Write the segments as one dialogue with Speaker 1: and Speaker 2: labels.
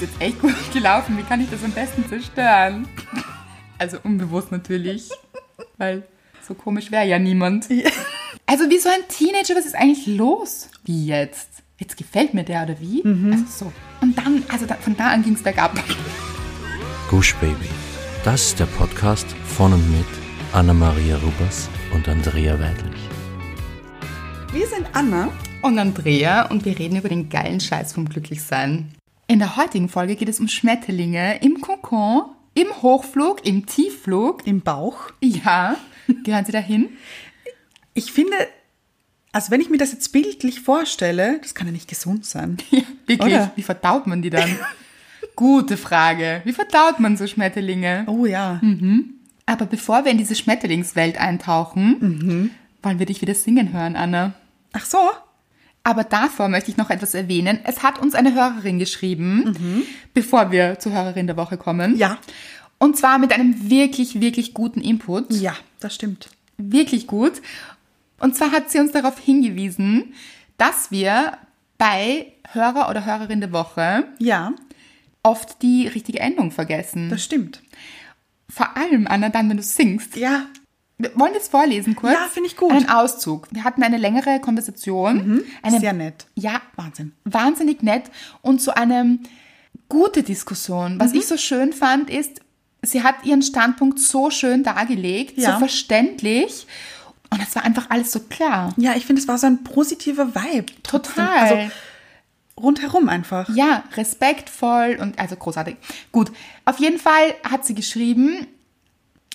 Speaker 1: jetzt echt gut gelaufen. Wie kann ich das am besten zerstören? Also unbewusst natürlich, weil so komisch wäre ja niemand. Also wie so ein Teenager, was ist eigentlich los? Wie jetzt? Jetzt gefällt mir der oder wie? Also so. Und dann, also da, von da an ging es bergab.
Speaker 2: Gush Baby. Das ist der Podcast von und mit Anna-Maria Rubers und Andrea Weidlich.
Speaker 3: Wir sind Anna.
Speaker 1: Und Andrea und wir reden über den geilen Scheiß vom Glücklichsein. In der heutigen Folge geht es um Schmetterlinge im Kokon, im Hochflug, im Tiefflug.
Speaker 3: Im Bauch.
Speaker 1: Ja, gehören Sie dahin?
Speaker 3: Ich finde, also wenn ich mir das jetzt bildlich vorstelle, das kann ja nicht gesund sein.
Speaker 1: Ja, wirklich.
Speaker 3: Oder?
Speaker 1: Wie verdaut man die dann? Gute Frage. Wie verdaut man so Schmetterlinge?
Speaker 3: Oh ja.
Speaker 1: Hm. Aber bevor wir in diese Schmetterlingswelt eintauchen, wollen wir dich wieder singen hören, Anna.
Speaker 3: Ach so.
Speaker 1: Aber davor möchte ich noch etwas erwähnen. Es hat uns eine Hörerin geschrieben, bevor wir zur Hörerin der Woche kommen.
Speaker 3: Ja.
Speaker 1: Und zwar mit einem wirklich, wirklich guten Input.
Speaker 3: Ja, das stimmt.
Speaker 1: wirklich gut. Und zwar hat sie uns darauf hingewiesen, dass wir bei Hörer oder Hörerin der Woche
Speaker 3: Ja,
Speaker 1: oft die richtige Endung vergessen.
Speaker 3: das stimmt.
Speaker 1: Vor allem, Anna, dann, wenn du singst.
Speaker 3: Ja.
Speaker 1: Wir wollen das vorlesen kurz.
Speaker 3: Ja, finde ich gut. Mhm.
Speaker 1: Ein Auszug. Wir hatten eine längere Konversation. Eine,
Speaker 3: Sehr nett.
Speaker 1: Ja,
Speaker 3: Wahnsinn.
Speaker 1: wahnsinnig nett und zu einem gute Diskussion.
Speaker 3: Mhm.
Speaker 1: Was ich so schön fand, ist, sie hat ihren Standpunkt so schön dargelegt, so
Speaker 3: Ja.
Speaker 1: verständlich und es war einfach alles so klar.
Speaker 3: Ja, ich finde, es war so ein positiver Vibe. trotzdem.
Speaker 1: Total.
Speaker 3: Also rundherum einfach.
Speaker 1: Ja, respektvoll und also großartig. Gut, auf jeden Fall hat sie geschrieben,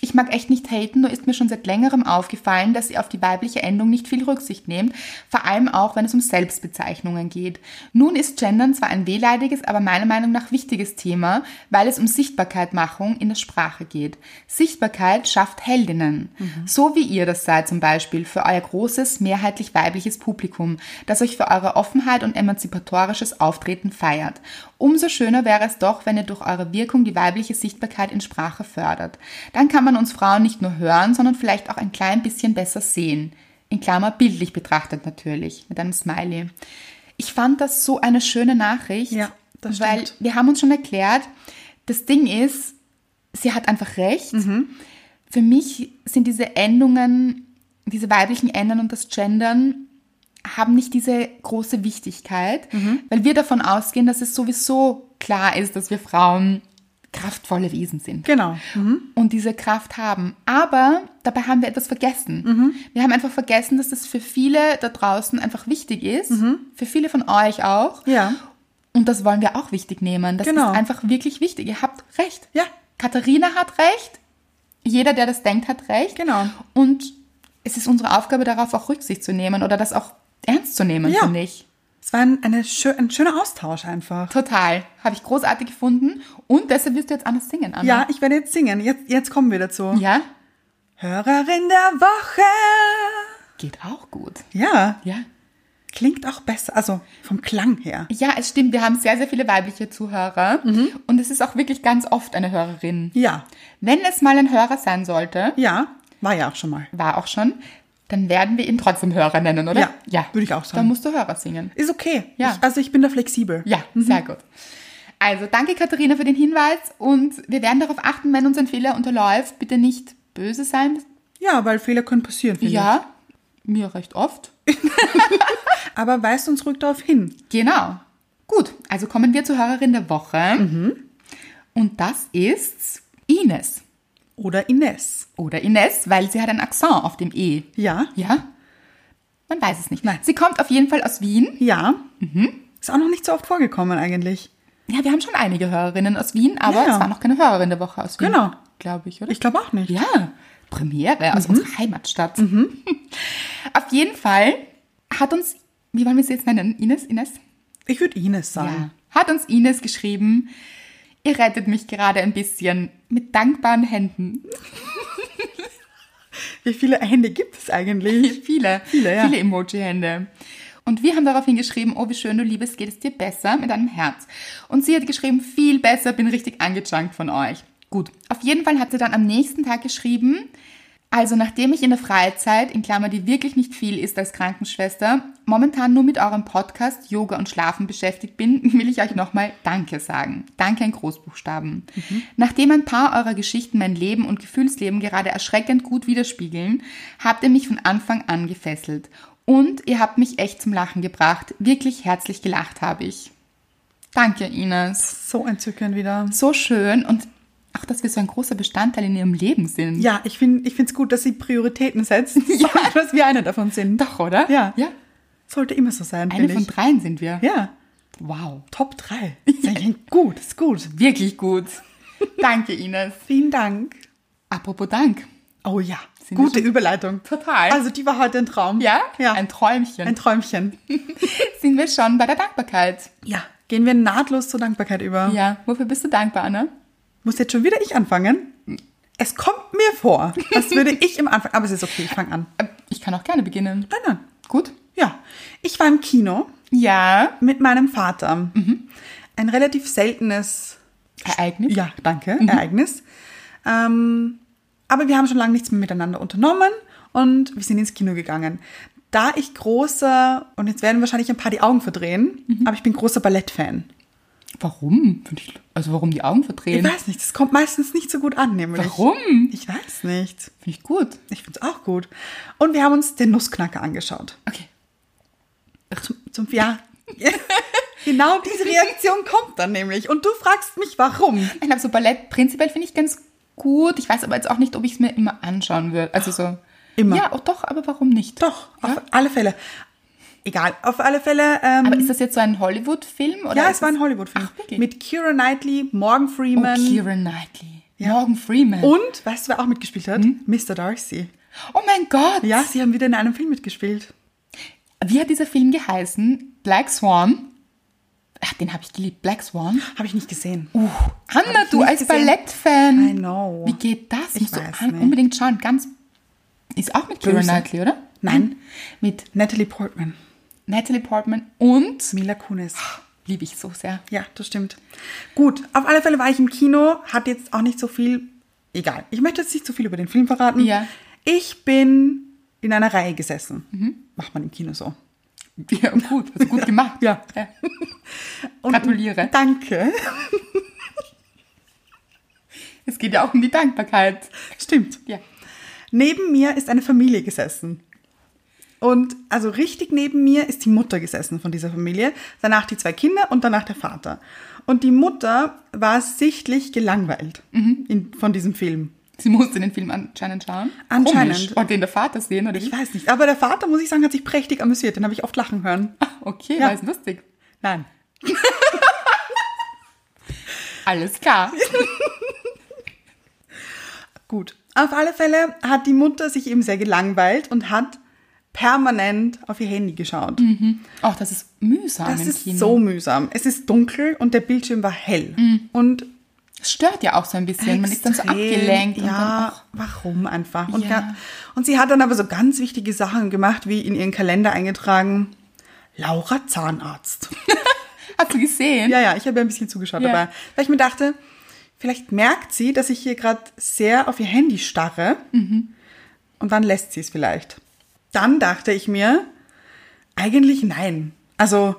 Speaker 1: ich mag echt nicht haten, nur ist mir schon seit längerem aufgefallen, dass ihr auf die weibliche Endung nicht viel Rücksicht nehmt, vor allem auch, wenn es um Selbstbezeichnungen geht. Nun ist Gendern zwar ein wehleidiges, aber meiner Meinung nach wichtiges Thema, weil es um Sichtbarkeitmachung in der Sprache geht. Sichtbarkeit schafft Heldinnen. So wie ihr das seid zum Beispiel für euer großes, mehrheitlich weibliches Publikum, das euch für eure Offenheit und emanzipatorisches Auftreten feiert. Umso schöner wäre es doch, wenn ihr durch eure Wirkung die weibliche Sichtbarkeit in Sprache fördert. Dann kann man uns Frauen nicht nur hören, sondern vielleicht auch ein klein bisschen besser sehen. In Klammer bildlich betrachtet natürlich, mit einem Smiley. Ich fand das so eine schöne Nachricht,
Speaker 3: Ja, das
Speaker 1: weil
Speaker 3: stimmt.
Speaker 1: wir haben uns schon erklärt, das Ding ist, sie hat einfach recht.
Speaker 3: Mhm.
Speaker 1: Für mich sind diese Endungen, diese weiblichen Ändern und das Gendern haben nicht diese große Wichtigkeit, weil wir davon ausgehen, dass es sowieso klar ist, dass wir Frauen kraftvolle Wesen sind
Speaker 3: Genau.
Speaker 1: und diese Kraft haben. Aber dabei haben wir etwas vergessen.
Speaker 3: Mhm.
Speaker 1: Wir haben einfach vergessen, dass das für viele da draußen einfach wichtig ist, für viele von euch auch.
Speaker 3: Mhm. Ja.
Speaker 1: Und das wollen wir auch wichtig nehmen. Das
Speaker 3: Genau.
Speaker 1: ist einfach wirklich wichtig. Ihr habt recht.
Speaker 3: Ja.
Speaker 1: Katharina hat recht. Jeder, der das denkt, hat recht.
Speaker 3: Genau.
Speaker 1: Und es ist unsere Aufgabe, darauf auch Rücksicht zu nehmen oder das auch ernst zu nehmen,
Speaker 3: Ja.
Speaker 1: finde ich.
Speaker 3: Es war ein, eine schö ein schöner Austausch einfach.
Speaker 1: Total. Habe ich großartig gefunden. Und deshalb wirst du jetzt anders singen, Anna.
Speaker 3: Ja, ich werde jetzt singen. Jetzt, jetzt kommen wir dazu.
Speaker 1: Ja?
Speaker 3: Hörerin der Woche.
Speaker 1: Geht auch gut.
Speaker 3: Ja,
Speaker 1: Ja.
Speaker 3: klingt auch besser. Also vom Klang her.
Speaker 1: Ja, es stimmt. Wir haben sehr, sehr viele weibliche Zuhörer. Und es ist auch wirklich ganz oft eine Hörerin.
Speaker 3: Mhm. Ja.
Speaker 1: Wenn es mal ein Hörer sein sollte,
Speaker 3: Ja, war ja auch schon mal.
Speaker 1: war auch schon, dann werden wir ihn trotzdem Hörer nennen, oder?
Speaker 3: Ja, würde ich auch sagen.
Speaker 1: Dann musst du Hörer singen.
Speaker 3: Ist okay.
Speaker 1: Ja.
Speaker 3: Ich, also ich bin da flexibel.
Speaker 1: Ja, sehr gut. Also danke Katharina für den Hinweis und wir werden darauf achten, wenn uns ein Fehler unterläuft, bitte nicht böse sein.
Speaker 3: Ja, weil Fehler können passieren, finde
Speaker 1: Ja, mir recht oft.
Speaker 3: ich. Aber weist uns ruhig darauf hin.
Speaker 1: Genau. Gut, also kommen wir zur Hörerin der Woche.
Speaker 3: Mhm.
Speaker 1: Und das ist Ines.
Speaker 3: Oder Ines.
Speaker 1: Oder Ines, weil sie hat einen Akzent auf dem E.
Speaker 3: Ja.
Speaker 1: Ja? Man weiß es nicht.
Speaker 3: Nein.
Speaker 1: Sie kommt auf jeden Fall aus Wien.
Speaker 3: Ja.
Speaker 1: Mhm.
Speaker 3: Ist auch noch nicht so oft vorgekommen eigentlich.
Speaker 1: Ja, wir haben schon einige Hörerinnen aus Wien, aber
Speaker 3: Ja, ja.
Speaker 1: es war noch keine Hörerin der Woche aus Wien.
Speaker 3: Genau.
Speaker 1: Glaube ich, oder?
Speaker 3: Ich Mhm. glaube auch nicht.
Speaker 1: Ja, Premiere aus unserer Heimatstadt.
Speaker 3: Mhm.
Speaker 1: Auf jeden Fall hat uns, wie wollen wir sie jetzt nennen? Ines? Ines?
Speaker 3: Ich würde Ines sagen.
Speaker 1: Hat uns Ines geschrieben, ihr rettet mich gerade ein bisschen mit dankbaren Händen.
Speaker 3: Wie viele Hände gibt es eigentlich?
Speaker 1: Viele,
Speaker 3: Viele, ja.
Speaker 1: viele Emoji-Hände. Und wir haben daraufhin geschrieben, oh, wie schön du liebes, geht es dir besser mit einem Herz. Und sie hat geschrieben, viel besser, bin richtig angejunkt von euch. Gut, auf jeden Fall hat sie dann am nächsten Tag geschrieben, Also, nachdem ich in der Freizeit, in Klammer, die wirklich nicht viel ist als Krankenschwester, momentan nur mit eurem Podcast Yoga und Schlafen beschäftigt bin, will ich euch nochmal Danke sagen. Danke in Großbuchstaben.
Speaker 3: Mhm.
Speaker 1: Nachdem ein paar eurer Geschichten mein Leben und Gefühlsleben gerade erschreckend gut widerspiegeln, habt ihr mich von Anfang an gefesselt. Und ihr habt mich echt zum Lachen gebracht. Wirklich herzlich gelacht habe ich. Danke, Ines.
Speaker 3: So entzückend wieder.
Speaker 1: So schön und auch, dass wir so ein großer Bestandteil in ihrem Leben sind.
Speaker 3: Ja, ich finde es gut, dass sie Prioritäten setzt. Ja. So, dass wir einer davon sind.
Speaker 1: Doch, oder?
Speaker 3: Ja.
Speaker 1: ja.
Speaker 3: Sollte immer so sein,
Speaker 1: Eine
Speaker 3: finde
Speaker 1: von
Speaker 3: ich.
Speaker 1: dreien sind wir.
Speaker 3: Ja.
Speaker 1: Wow.
Speaker 3: Top 3. gut, ist gut.
Speaker 1: Wirklich gut. Danke, Ines.
Speaker 3: Vielen Dank.
Speaker 1: Apropos Dank.
Speaker 3: Oh ja,
Speaker 1: wir
Speaker 3: gute Überleitung.
Speaker 1: Total.
Speaker 3: Also die war heute ein Traum.
Speaker 1: ja?
Speaker 3: Ja.
Speaker 1: Ein Träumchen.
Speaker 3: Ein Träumchen.
Speaker 1: sind wir schon bei der Dankbarkeit.
Speaker 3: Ja. Gehen wir nahtlos zur Dankbarkeit über.
Speaker 1: Ja. Wofür bist du dankbar, Anna?
Speaker 3: Muss jetzt schon wieder ich anfangen? Es kommt mir vor, als würde ich im Anfang. Aber es ist okay, ich fange an.
Speaker 1: Äh, Ich kann auch gerne beginnen.
Speaker 3: Nein, nein.
Speaker 1: Gut.
Speaker 3: Ja. Ich war im Kino
Speaker 1: Ja.
Speaker 3: mit meinem Vater. Ein relativ seltenes
Speaker 1: Mhm. Ereignis? Mhm.
Speaker 3: Ja, danke, Ereignis. Ähm, aber wir haben schon lange nichts mehr miteinander unternommen und wir sind ins Kino gegangen. Da ich großer, und jetzt werden wahrscheinlich ein paar die Augen verdrehen,
Speaker 1: Mhm.
Speaker 3: aber ich bin großer Ballettfan.
Speaker 1: Warum? Find ich- Also warum die Augen
Speaker 3: Ich
Speaker 1: verdrehen?
Speaker 3: weiß nicht, das kommt meistens nicht so gut an, nämlich.
Speaker 1: Warum?
Speaker 3: Ich weiß nicht.
Speaker 1: Finde ich gut.
Speaker 3: Ich find's auch gut. Und wir haben uns den Nussknacker angeschaut.
Speaker 1: Okay.
Speaker 3: Zum, zum ja. genau diese Reaktion kommt dann nämlich. Und du fragst mich, warum?
Speaker 1: Ich glaube, so Ballett prinzipiell finde ich ganz gut. Ich weiß aber jetzt auch nicht, ob ich es mir immer anschauen würde. Also so.
Speaker 3: Immer.
Speaker 1: Ja, oh, doch, aber warum nicht?
Speaker 3: Doch,
Speaker 1: Ja?
Speaker 3: auf alle Fälle. Egal, auf alle Fälle. Ähm,
Speaker 1: Aber ist das jetzt so ein Hollywood-Film? oder
Speaker 3: Ja,
Speaker 1: ist
Speaker 3: es war
Speaker 1: das-
Speaker 3: ein Hollywood-Film.
Speaker 1: Ach, wirklich?
Speaker 3: Mit Keira Knightley, Morgan
Speaker 1: oh,
Speaker 3: Freeman.
Speaker 1: Keira Knightley. Morgan Freeman.
Speaker 3: und, weißt du, wer auch mitgespielt hat?
Speaker 1: Hm?
Speaker 3: Mr. Darcy.
Speaker 1: oh mein Gott.
Speaker 3: Ja, sie haben wieder in einem Film mitgespielt.
Speaker 1: Wie hat dieser Film geheißen? Black Swan. Ach, den habe ich geliebt. Black Swan.
Speaker 3: Habe ich nicht gesehen.
Speaker 1: Uh, Anna,
Speaker 3: ich
Speaker 1: du
Speaker 3: nicht
Speaker 1: als
Speaker 3: gesehen.
Speaker 1: Ballettfan.
Speaker 3: I know.
Speaker 1: Wie geht das?
Speaker 3: Ich
Speaker 1: Musst du
Speaker 3: weiß
Speaker 1: an-
Speaker 3: nicht.
Speaker 1: unbedingt schauen. Ganz. Ist auch mit Keira
Speaker 3: Böse.
Speaker 1: Knightley, oder? Hm?
Speaker 3: Nein.
Speaker 1: Mit
Speaker 3: Natalie Portman.
Speaker 1: Natalie Portman und.
Speaker 3: Mila Kunis.
Speaker 1: Liebe ich so sehr.
Speaker 3: Ja, das stimmt. Gut, auf alle Fälle war ich im Kino, hat jetzt auch nicht so viel. Egal, ich möchte jetzt nicht so viel über den Film verraten.
Speaker 1: Ja.
Speaker 3: Ich bin in einer Reihe gesessen.
Speaker 1: Mhm.
Speaker 3: Macht man im Kino so.
Speaker 1: Ja, gut. Hast du gut gemacht.
Speaker 3: Ja.
Speaker 1: ja.
Speaker 3: Und-
Speaker 1: Gratuliere.
Speaker 3: Danke.
Speaker 1: Es geht ja auch um die Dankbarkeit.
Speaker 3: Stimmt.
Speaker 1: Ja.
Speaker 3: Neben mir ist eine Familie gesessen. Und also richtig neben mir ist die Mutter gesessen von dieser Familie, danach die zwei Kinder und danach der Vater. Und die Mutter war sichtlich gelangweilt
Speaker 1: Mhm.
Speaker 3: in, von diesem Film.
Speaker 1: Sie musste den Film anscheinend schauen.
Speaker 3: Anscheinend.
Speaker 1: Komisch. Und den der Vater sehen, oder
Speaker 3: Ich
Speaker 1: wie?
Speaker 3: weiß nicht, aber der Vater, muss ich sagen, hat sich prächtig amüsiert, den habe ich oft lachen hören.
Speaker 1: Ah, Okay,
Speaker 3: Ja.
Speaker 1: war es lustig.
Speaker 3: Nein.
Speaker 1: Alles klar.
Speaker 3: Gut. Auf alle Fälle hat die Mutter sich eben sehr gelangweilt und hat permanent auf ihr Handy geschaut.
Speaker 1: Ach, das ist mühsam
Speaker 3: Das
Speaker 1: im
Speaker 3: ist
Speaker 1: Mhm. Kino.
Speaker 3: so mühsam. Es ist dunkel und der Bildschirm war hell. Und
Speaker 1: Es stört Mhm. ja auch so ein bisschen. Man ist dann so
Speaker 3: Extrem,
Speaker 1: abgelenkt. Und dann
Speaker 3: Ja,
Speaker 1: auch,
Speaker 3: warum einfach? Und,
Speaker 1: Ja.
Speaker 3: ga- und sie hat dann aber so ganz wichtige Sachen gemacht, wie in ihren Kalender eingetragen, Laura Zahnarzt.
Speaker 1: hast du gesehen?
Speaker 3: ja, ja, ich habe ihr ein bisschen zugeschaut
Speaker 1: Ja.
Speaker 3: dabei, weil ich mir dachte, vielleicht merkt sie, dass ich hier gerade sehr auf ihr Handy starre
Speaker 1: Mhm.
Speaker 3: und dann lässt sie es vielleicht. Dann dachte ich mir, eigentlich nein. Also,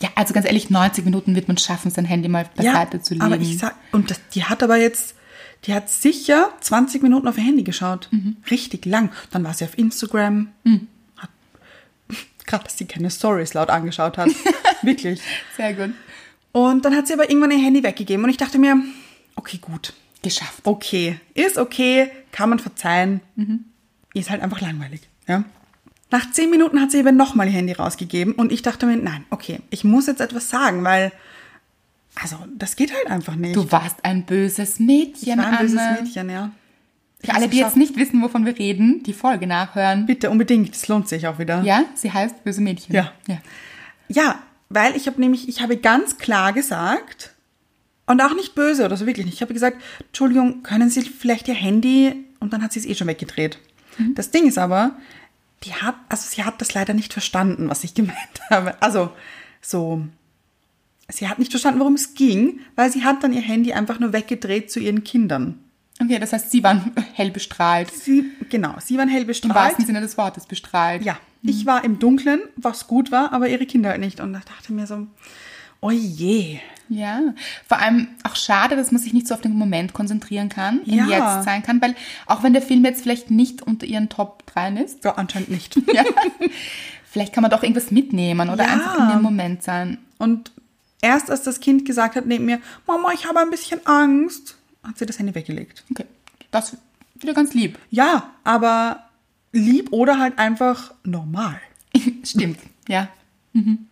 Speaker 1: Ja, also ganz ehrlich, 90 Minuten wird man schaffen, sein Handy mal beiseite zu legen.
Speaker 3: aber ich sag, und das, die hat aber jetzt, die hat sicher 20 Minuten auf ihr Handy geschaut.
Speaker 1: Mhm.
Speaker 3: Richtig lang. Dann war sie auf Instagram. Hat- Gerade, dass sie keine Stories laut angeschaut hat. Wirklich.
Speaker 1: Sehr gut.
Speaker 3: Und dann hat sie aber irgendwann ihr Handy weggegeben und ich dachte mir, okay, gut.
Speaker 1: Geschafft.
Speaker 3: Okay, ist okay, kann man verzeihen.
Speaker 1: Mhm.
Speaker 3: Ist halt einfach langweilig. Ja. Nach zehn Minuten hat sie eben nochmal ihr Handy rausgegeben und ich dachte mir, nein, okay, ich muss jetzt etwas sagen, weil, also, das geht halt einfach nicht.
Speaker 1: Du warst ein böses Mädchen,
Speaker 3: ich war ein
Speaker 1: Anne.
Speaker 3: böses Mädchen, ja.
Speaker 1: Für alle, die jetzt nicht wissen, wovon wir reden, die Folge nachhören.
Speaker 3: Bitte unbedingt, das lohnt sich auch wieder.
Speaker 1: Ja, sie heißt Böse Mädchen.
Speaker 3: Ja.
Speaker 1: ja.
Speaker 3: Ja, weil ich habe nämlich, ich habe ganz klar gesagt, und auch nicht böse oder so, wirklich nicht. Ich habe gesagt, Entschuldigung, können Sie vielleicht Ihr Handy? Und dann hat sie es eh schon weggedreht.
Speaker 1: Mhm.
Speaker 3: Das Ding ist aber, die hat, also sie hat das leider nicht verstanden, was ich gemeint habe. Also, so. Sie hat nicht verstanden, worum es ging, weil sie hat dann ihr Handy einfach nur weggedreht zu ihren Kindern.
Speaker 1: Okay, das heißt, sie waren hell bestrahlt.
Speaker 3: Sie, genau, sie waren hell
Speaker 1: Im
Speaker 3: bestrahlt.
Speaker 1: wahrsten Sinne Mhm. des Wortes bestrahlt.
Speaker 3: Ja, ich war im Dunkeln, was gut war, aber ihre Kinder halt nicht. Und ich dachte mir so, oh je.
Speaker 1: Ja. Vor allem auch schade, dass man sich nicht so auf den Moment konzentrieren kann, im
Speaker 3: Ja.
Speaker 1: Jetzt sein kann, weil auch wenn der Film jetzt vielleicht nicht unter ihren Top 3 ist,
Speaker 3: Ja, anscheinend nicht.
Speaker 1: ja, vielleicht kann man doch irgendwas mitnehmen oder
Speaker 3: Ja.
Speaker 1: einfach in dem Moment sein.
Speaker 3: Und erst als das Kind gesagt hat neben mir, Mama, ich habe ein bisschen Angst, hat sie das Handy weggelegt.
Speaker 1: Okay, das ist wieder ganz lieb.
Speaker 3: Ja, aber lieb oder halt einfach normal.
Speaker 1: Stimmt, ja. Mhm.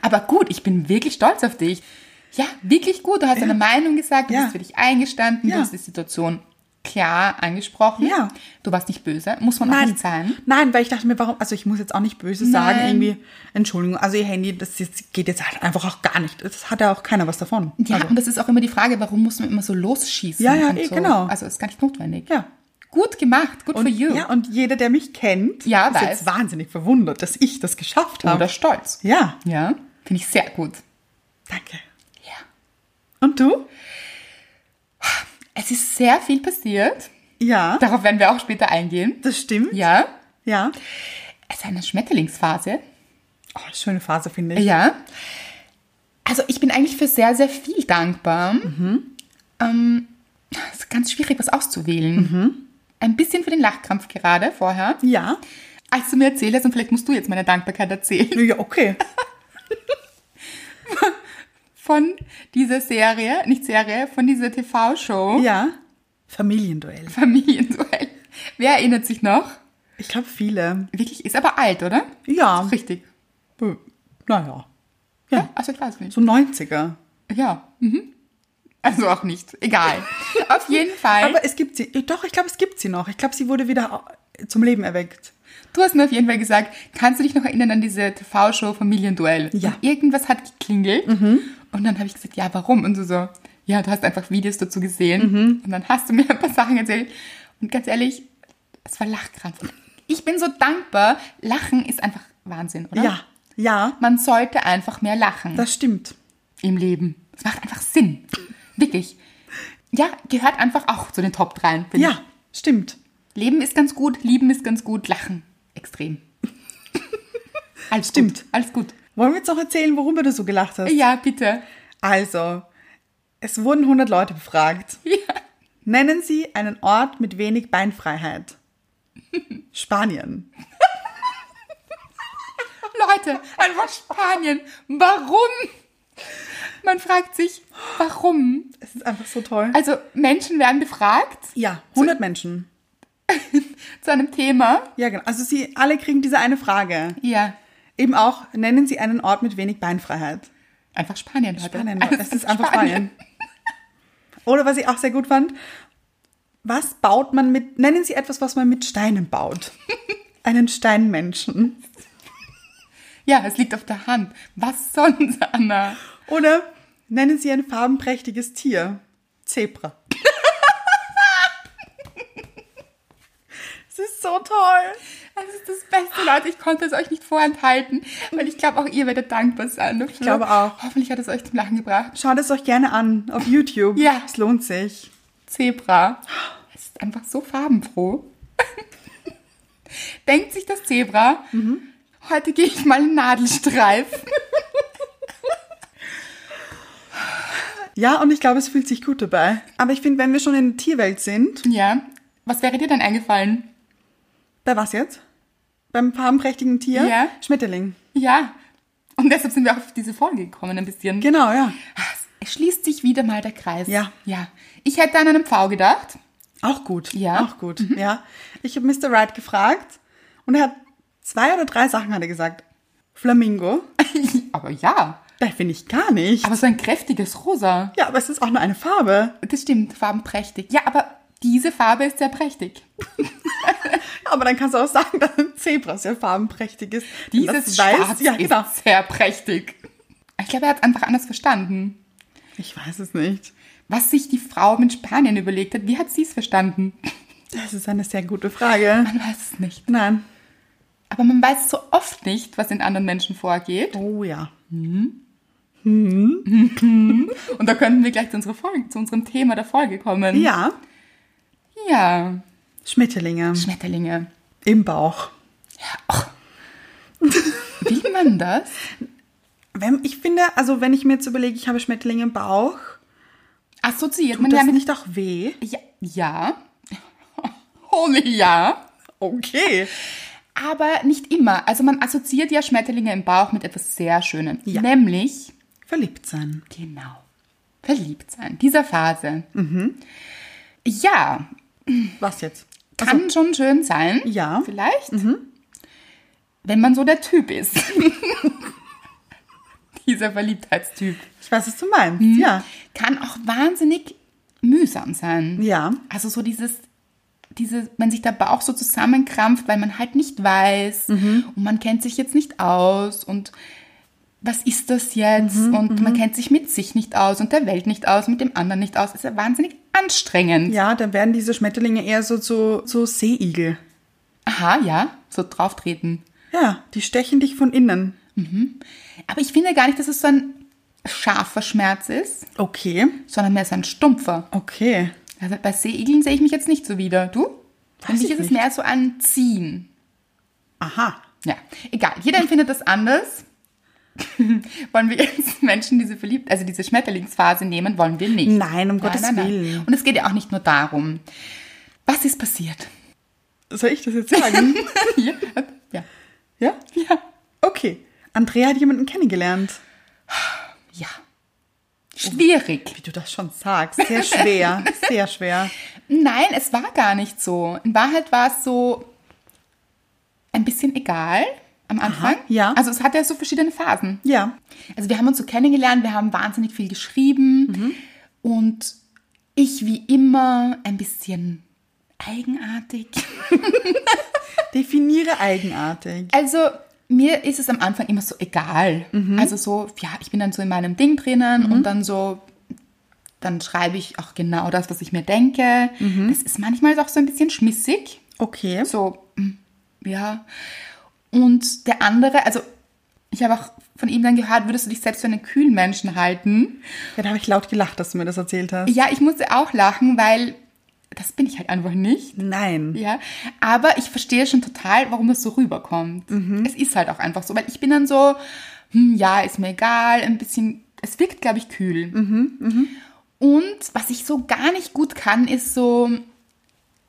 Speaker 1: Aber gut, ich bin wirklich stolz auf dich. Ja, wirklich gut. Du hast deine Meinung gesagt, du
Speaker 3: Ja.
Speaker 1: bist für dich eingestanden,
Speaker 3: Ja.
Speaker 1: du hast die Situation klar angesprochen.
Speaker 3: Ja.
Speaker 1: Du warst nicht böse, muss man auch nicht sein.
Speaker 3: Nein, weil ich dachte mir, warum, also ich muss jetzt auch nicht böse sagen,
Speaker 1: Nein.
Speaker 3: irgendwie, Entschuldigung, also ihr Handy, das jetzt, geht jetzt halt einfach auch gar nicht. Das hat ja auch keiner was davon.
Speaker 1: Ja,
Speaker 3: also,
Speaker 1: und das ist auch immer die Frage, warum muss man immer so losschießen?
Speaker 3: Ja, ja,
Speaker 1: und
Speaker 3: eh,
Speaker 1: so.
Speaker 3: genau.
Speaker 1: Also ist gar nicht notwendig.
Speaker 3: ja.
Speaker 1: Gut gemacht, good for
Speaker 3: Und,
Speaker 1: you.
Speaker 3: ja, und jeder, der mich kennt,
Speaker 1: Ja,
Speaker 3: ist
Speaker 1: weiß.
Speaker 3: jetzt wahnsinnig verwundert, dass ich das geschafft habe.
Speaker 1: Oder stolz.
Speaker 3: Ja,
Speaker 1: Ja, finde ich sehr gut.
Speaker 3: danke.
Speaker 1: Ja.
Speaker 3: Und du?
Speaker 1: Es ist sehr viel passiert.
Speaker 3: Ja,
Speaker 1: Darauf werden wir auch später eingehen.
Speaker 3: das stimmt.
Speaker 1: Ja.
Speaker 3: Ja.
Speaker 1: Es ist eine Schmetterlingsphase.
Speaker 3: Oh, schöne Phase, finde ich.
Speaker 1: Ja. Also ich bin eigentlich für sehr, sehr viel dankbar.
Speaker 3: Mhm.
Speaker 1: Ähm, es ist ganz schwierig, was auszuwählen.
Speaker 3: Mhm.
Speaker 1: Ein bisschen für den Lachkrampf gerade vorher.
Speaker 3: Ja.
Speaker 1: Als du mir erzählt hast, und vielleicht musst du jetzt meine Dankbarkeit erzählen,
Speaker 3: Ja, okay.
Speaker 1: von dieser Serie, nicht Serie, von dieser TV-Show
Speaker 3: Ja. Familienduell.
Speaker 1: Familienduell. Wer erinnert sich noch?
Speaker 3: Ich glaube, viele.
Speaker 1: Wirklich, ist aber alt, oder?
Speaker 3: Ja.
Speaker 1: Richtig.
Speaker 3: Äh, Naja.
Speaker 1: Ja,
Speaker 3: Ja.
Speaker 1: also ich weiß nicht.
Speaker 3: So 90er.
Speaker 1: Ja. Mhm. Also auch nicht. Egal. Auf jeden Fall.
Speaker 3: Aber es gibt sie. Äh, Doch, ich glaube, es gibt sie noch. Ich glaube, sie wurde wieder au- zum Leben erweckt.
Speaker 1: Du hast mir auf jeden Fall gesagt, kannst du dich noch erinnern an diese TV-Show Familienduell?
Speaker 3: Ja. Mhm.
Speaker 1: Und irgendwas hat geklingelt. Und dann habe ich gesagt, ja, warum? Und du so, ja, du hast einfach Videos dazu gesehen.
Speaker 3: Mhm.
Speaker 1: Und dann hast du mir ein paar Sachen erzählt. Und ganz ehrlich, es war Lachkrampf. Und Ich bin so dankbar. Lachen ist einfach Wahnsinn, oder?
Speaker 3: Ja. Ja,
Speaker 1: Man sollte einfach mehr lachen
Speaker 3: das stimmt.
Speaker 1: im Leben. Es macht einfach Sinn. Wirklich. Ja, gehört einfach auch zu den Top 3. finde
Speaker 3: Ja, stimmt.
Speaker 1: Leben ist ganz gut, lieben ist ganz gut, lachen extrem. Alles
Speaker 3: Stimmt.
Speaker 1: Gut, alles gut.
Speaker 3: Wollen wir jetzt noch erzählen, worüber du so gelacht hast?
Speaker 1: Ja, bitte.
Speaker 3: Also, es wurden 100 Leute befragt.
Speaker 1: Ja.
Speaker 3: Nennen Sie einen Ort mit wenig Beinfreiheit. Spanien.
Speaker 1: Leute, einfach Spanien. Warum? Man fragt sich, warum?
Speaker 3: Es ist einfach so toll.
Speaker 1: Also Menschen werden befragt
Speaker 3: Ja, 100 Menschen.
Speaker 1: zu einem Thema.
Speaker 3: Ja, genau. Also sie alle kriegen diese eine Frage.
Speaker 1: Ja.
Speaker 3: Eben auch, nennen Sie einen Ort mit wenig Beinfreiheit.
Speaker 1: Einfach Spanien, Leute.
Speaker 3: Spanien,
Speaker 1: Also
Speaker 3: es ist einfach Spanien. Oder was ich auch sehr gut fand, was baut man mit, nennen Sie etwas, was man mit Steinen baut. Einen Steinmenschen.
Speaker 1: Ja, es liegt auf der Hand. Was sonst, Anna?
Speaker 3: Oder nennen Sie ein farbenprächtiges Tier. Zebra. Es ist so toll.
Speaker 1: Das ist das Beste, Leute. Ich konnte es euch nicht vorenthalten, weil ich glaube, auch ihr werdet dankbar sein. Ich
Speaker 3: glaube auch.
Speaker 1: Hoffentlich hat es euch zum Lachen gebracht.
Speaker 3: Schaut es euch gerne an auf YouTube.
Speaker 1: Ja.
Speaker 3: Es lohnt sich.
Speaker 1: Zebra. Es ist einfach so farbenfroh. Denkt sich das Zebra, heute gehe ich mal einen Nadelstreif.
Speaker 3: Ja, und ich glaube, es fühlt sich gut dabei. Aber ich finde, wenn wir schon in der Tierwelt sind,
Speaker 1: Ja, was wäre dir denn eingefallen?
Speaker 3: bei was jetzt? Beim farbenprächtigen Tier?
Speaker 1: Ja.
Speaker 3: Schmetterling.
Speaker 1: Ja, und deshalb sind wir auch auf diese Folge gekommen ein bisschen.
Speaker 3: Genau, ja.
Speaker 1: Es schließt sich wieder mal der Kreis.
Speaker 3: Ja.
Speaker 1: Ja, ich hätte an einen Pfau gedacht.
Speaker 3: Auch gut.
Speaker 1: Ja. Mhm.
Speaker 3: Auch gut. Ja. Ich habe Mr. Wright gefragt und er hat zwei oder drei Sachen hat er gesagt. Flamingo.
Speaker 1: aber ja,
Speaker 3: Da finde ich gar nicht.
Speaker 1: aber so ein kräftiges Rosa.
Speaker 3: ja, aber es ist auch nur eine Farbe.
Speaker 1: Das stimmt, farbenprächtig. Ja, aber diese Farbe ist sehr prächtig.
Speaker 3: Aber dann kannst du auch sagen, dass ein Zebra sehr farbenprächtig ist. Denn
Speaker 1: Dieses
Speaker 3: das
Speaker 1: Schwarz
Speaker 3: ja, genau.
Speaker 1: ist sehr prächtig. Ich glaube, er hat es einfach anders verstanden.
Speaker 3: Ich weiß es nicht.
Speaker 1: was sich die Frau mit Spanien überlegt hat. Wie hat sie es verstanden?
Speaker 3: Das ist eine sehr gute Frage.
Speaker 1: Man weiß es nicht.
Speaker 3: Nein.
Speaker 1: Aber man weiß so oft nicht, was in anderen Menschen vorgeht.
Speaker 3: Oh ja.
Speaker 1: Und da könnten wir gleich zu, unserer Folge, zu unserem Thema der Folge kommen.
Speaker 3: Ja.
Speaker 1: Ja,
Speaker 3: Schmetterlinge
Speaker 1: Schmetterlinge.
Speaker 3: im Bauch.
Speaker 1: Will man das?
Speaker 3: Wenn, ich finde, also wenn ich mir jetzt überlege, ich habe Schmetterlinge im Bauch,
Speaker 1: Assoziiert man
Speaker 3: tut das
Speaker 1: damit?
Speaker 3: nicht auch weh?
Speaker 1: Ja. ja. Holy ja.
Speaker 3: Okay.
Speaker 1: Aber nicht immer. Also man assoziiert ja Schmetterlinge im Bauch mit etwas sehr Schönem.
Speaker 3: Ja.
Speaker 1: Nämlich,
Speaker 3: Verliebt sein.
Speaker 1: genau, verliebt sein. Dieser Phase. Ja,
Speaker 3: Was jetzt?
Speaker 1: kann schon schön sein.
Speaker 3: Ja.
Speaker 1: Vielleicht. Wenn man so der Typ ist. Dieser Verliebtheitstyp.
Speaker 3: Ich weiß, was du meinst. Ja.
Speaker 1: Kann auch wahnsinnig mühsam sein.
Speaker 3: Ja.
Speaker 1: Also so dieses, diese, man sich der Bauch so zusammenkrampft, weil man halt nicht weiß
Speaker 3: Mhm.
Speaker 1: und man kennt sich jetzt nicht aus und was ist das jetzt?
Speaker 3: Mhm,
Speaker 1: und man kennt sich mit sich nicht aus und der Welt nicht aus, mit dem anderen nicht aus. Ist ja wahnsinnig anstrengend.
Speaker 3: Ja, dann werden diese Schmetterlinge eher so zu so, Seeigel.
Speaker 1: Aha, ja, so drauftreten.
Speaker 3: Ja, die stechen dich von innen.
Speaker 1: Aber ich finde gar nicht, dass es so ein scharfer Schmerz ist,
Speaker 3: Okay.
Speaker 1: sondern mehr so ein stumpfer.
Speaker 3: Okay.
Speaker 1: Also bei Seeigeln sehe ich mich jetzt nicht so wieder. Du? Für
Speaker 3: Weiß
Speaker 1: mich
Speaker 3: ich
Speaker 1: ist es
Speaker 3: nicht.
Speaker 1: mehr so ein Ziehen.
Speaker 3: Aha.
Speaker 1: Ja, egal. Jeder empfindet das anders. wollen wir jetzt Menschen diese verliebt, also diese Schmetterlingsphase nehmen, wollen wir nicht.
Speaker 3: Nein, um Gottes Willen.
Speaker 1: Und es geht ja auch nicht nur darum. Was ist passiert?
Speaker 3: Soll ich das jetzt sagen?
Speaker 1: ja. ja.
Speaker 3: ja?
Speaker 1: Ja.
Speaker 3: Okay. Andrea hat jemanden kennengelernt.
Speaker 1: Ja. Schwierig.
Speaker 3: Wie du das schon sagst. Sehr schwer. Sehr schwer.
Speaker 1: Nein, es war gar nicht so. In Wahrheit war es so ein bisschen egal am Anfang.
Speaker 3: ja.
Speaker 1: Also es hat ja so verschiedene Phasen.
Speaker 3: Ja.
Speaker 1: Also wir haben uns so kennengelernt, wir haben wahnsinnig viel geschrieben und ich wie immer ein bisschen eigenartig.
Speaker 3: Definiere eigenartig.
Speaker 1: Also mir ist es am Anfang immer so egal. Also so, ja, ich bin dann so in meinem Ding drinnen und dann so, dann schreibe ich auch genau das, was ich mir denke. Das ist manchmal auch so ein bisschen schmissig.
Speaker 3: Okay.
Speaker 1: So, mm, ja. Und der andere, also ich habe auch von ihm dann gehört, würdest du dich selbst für einen kühlen Menschen halten?
Speaker 3: Ja, da habe ich laut gelacht, dass du mir das erzählt hast.
Speaker 1: Ja, ich musste auch lachen, weil das bin ich halt einfach nicht.
Speaker 3: Nein.
Speaker 1: Ja, aber ich verstehe schon total, warum es so rüberkommt.
Speaker 3: Mhm.
Speaker 1: Es ist halt auch einfach so, weil ich bin dann so, hm, ja, ist mir egal, ein bisschen, es wirkt, glaube ich, kühl.
Speaker 3: Mhm,
Speaker 1: Und was ich so gar nicht gut kann, ist so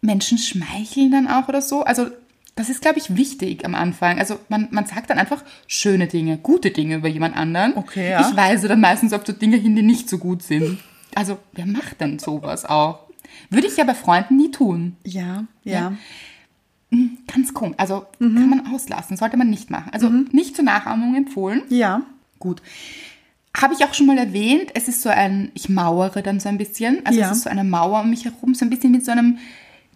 Speaker 1: Menschen schmeicheln dann auch oder so. Also das ist, glaube ich, wichtig am Anfang. Also man, man sagt dann einfach schöne Dinge, gute Dinge über jemand anderen.
Speaker 3: Okay, ja.
Speaker 1: Ich weise dann meistens auf so Dinge hin, die nicht so gut sind. Also wer macht denn sowas auch? Würde ich ja bei Freunden nie tun.
Speaker 3: Ja. Ja.
Speaker 1: Ganz komisch. Also
Speaker 3: Mhm.
Speaker 1: kann man auslassen, sollte man nicht machen. Also nicht zur Nachahmung empfohlen.
Speaker 3: Ja.
Speaker 1: Gut. Habe ich auch schon mal erwähnt, es ist so ein, ich mauere dann so ein bisschen. Also
Speaker 3: Ja.
Speaker 1: es ist so eine Mauer um mich herum, so ein bisschen mit so einem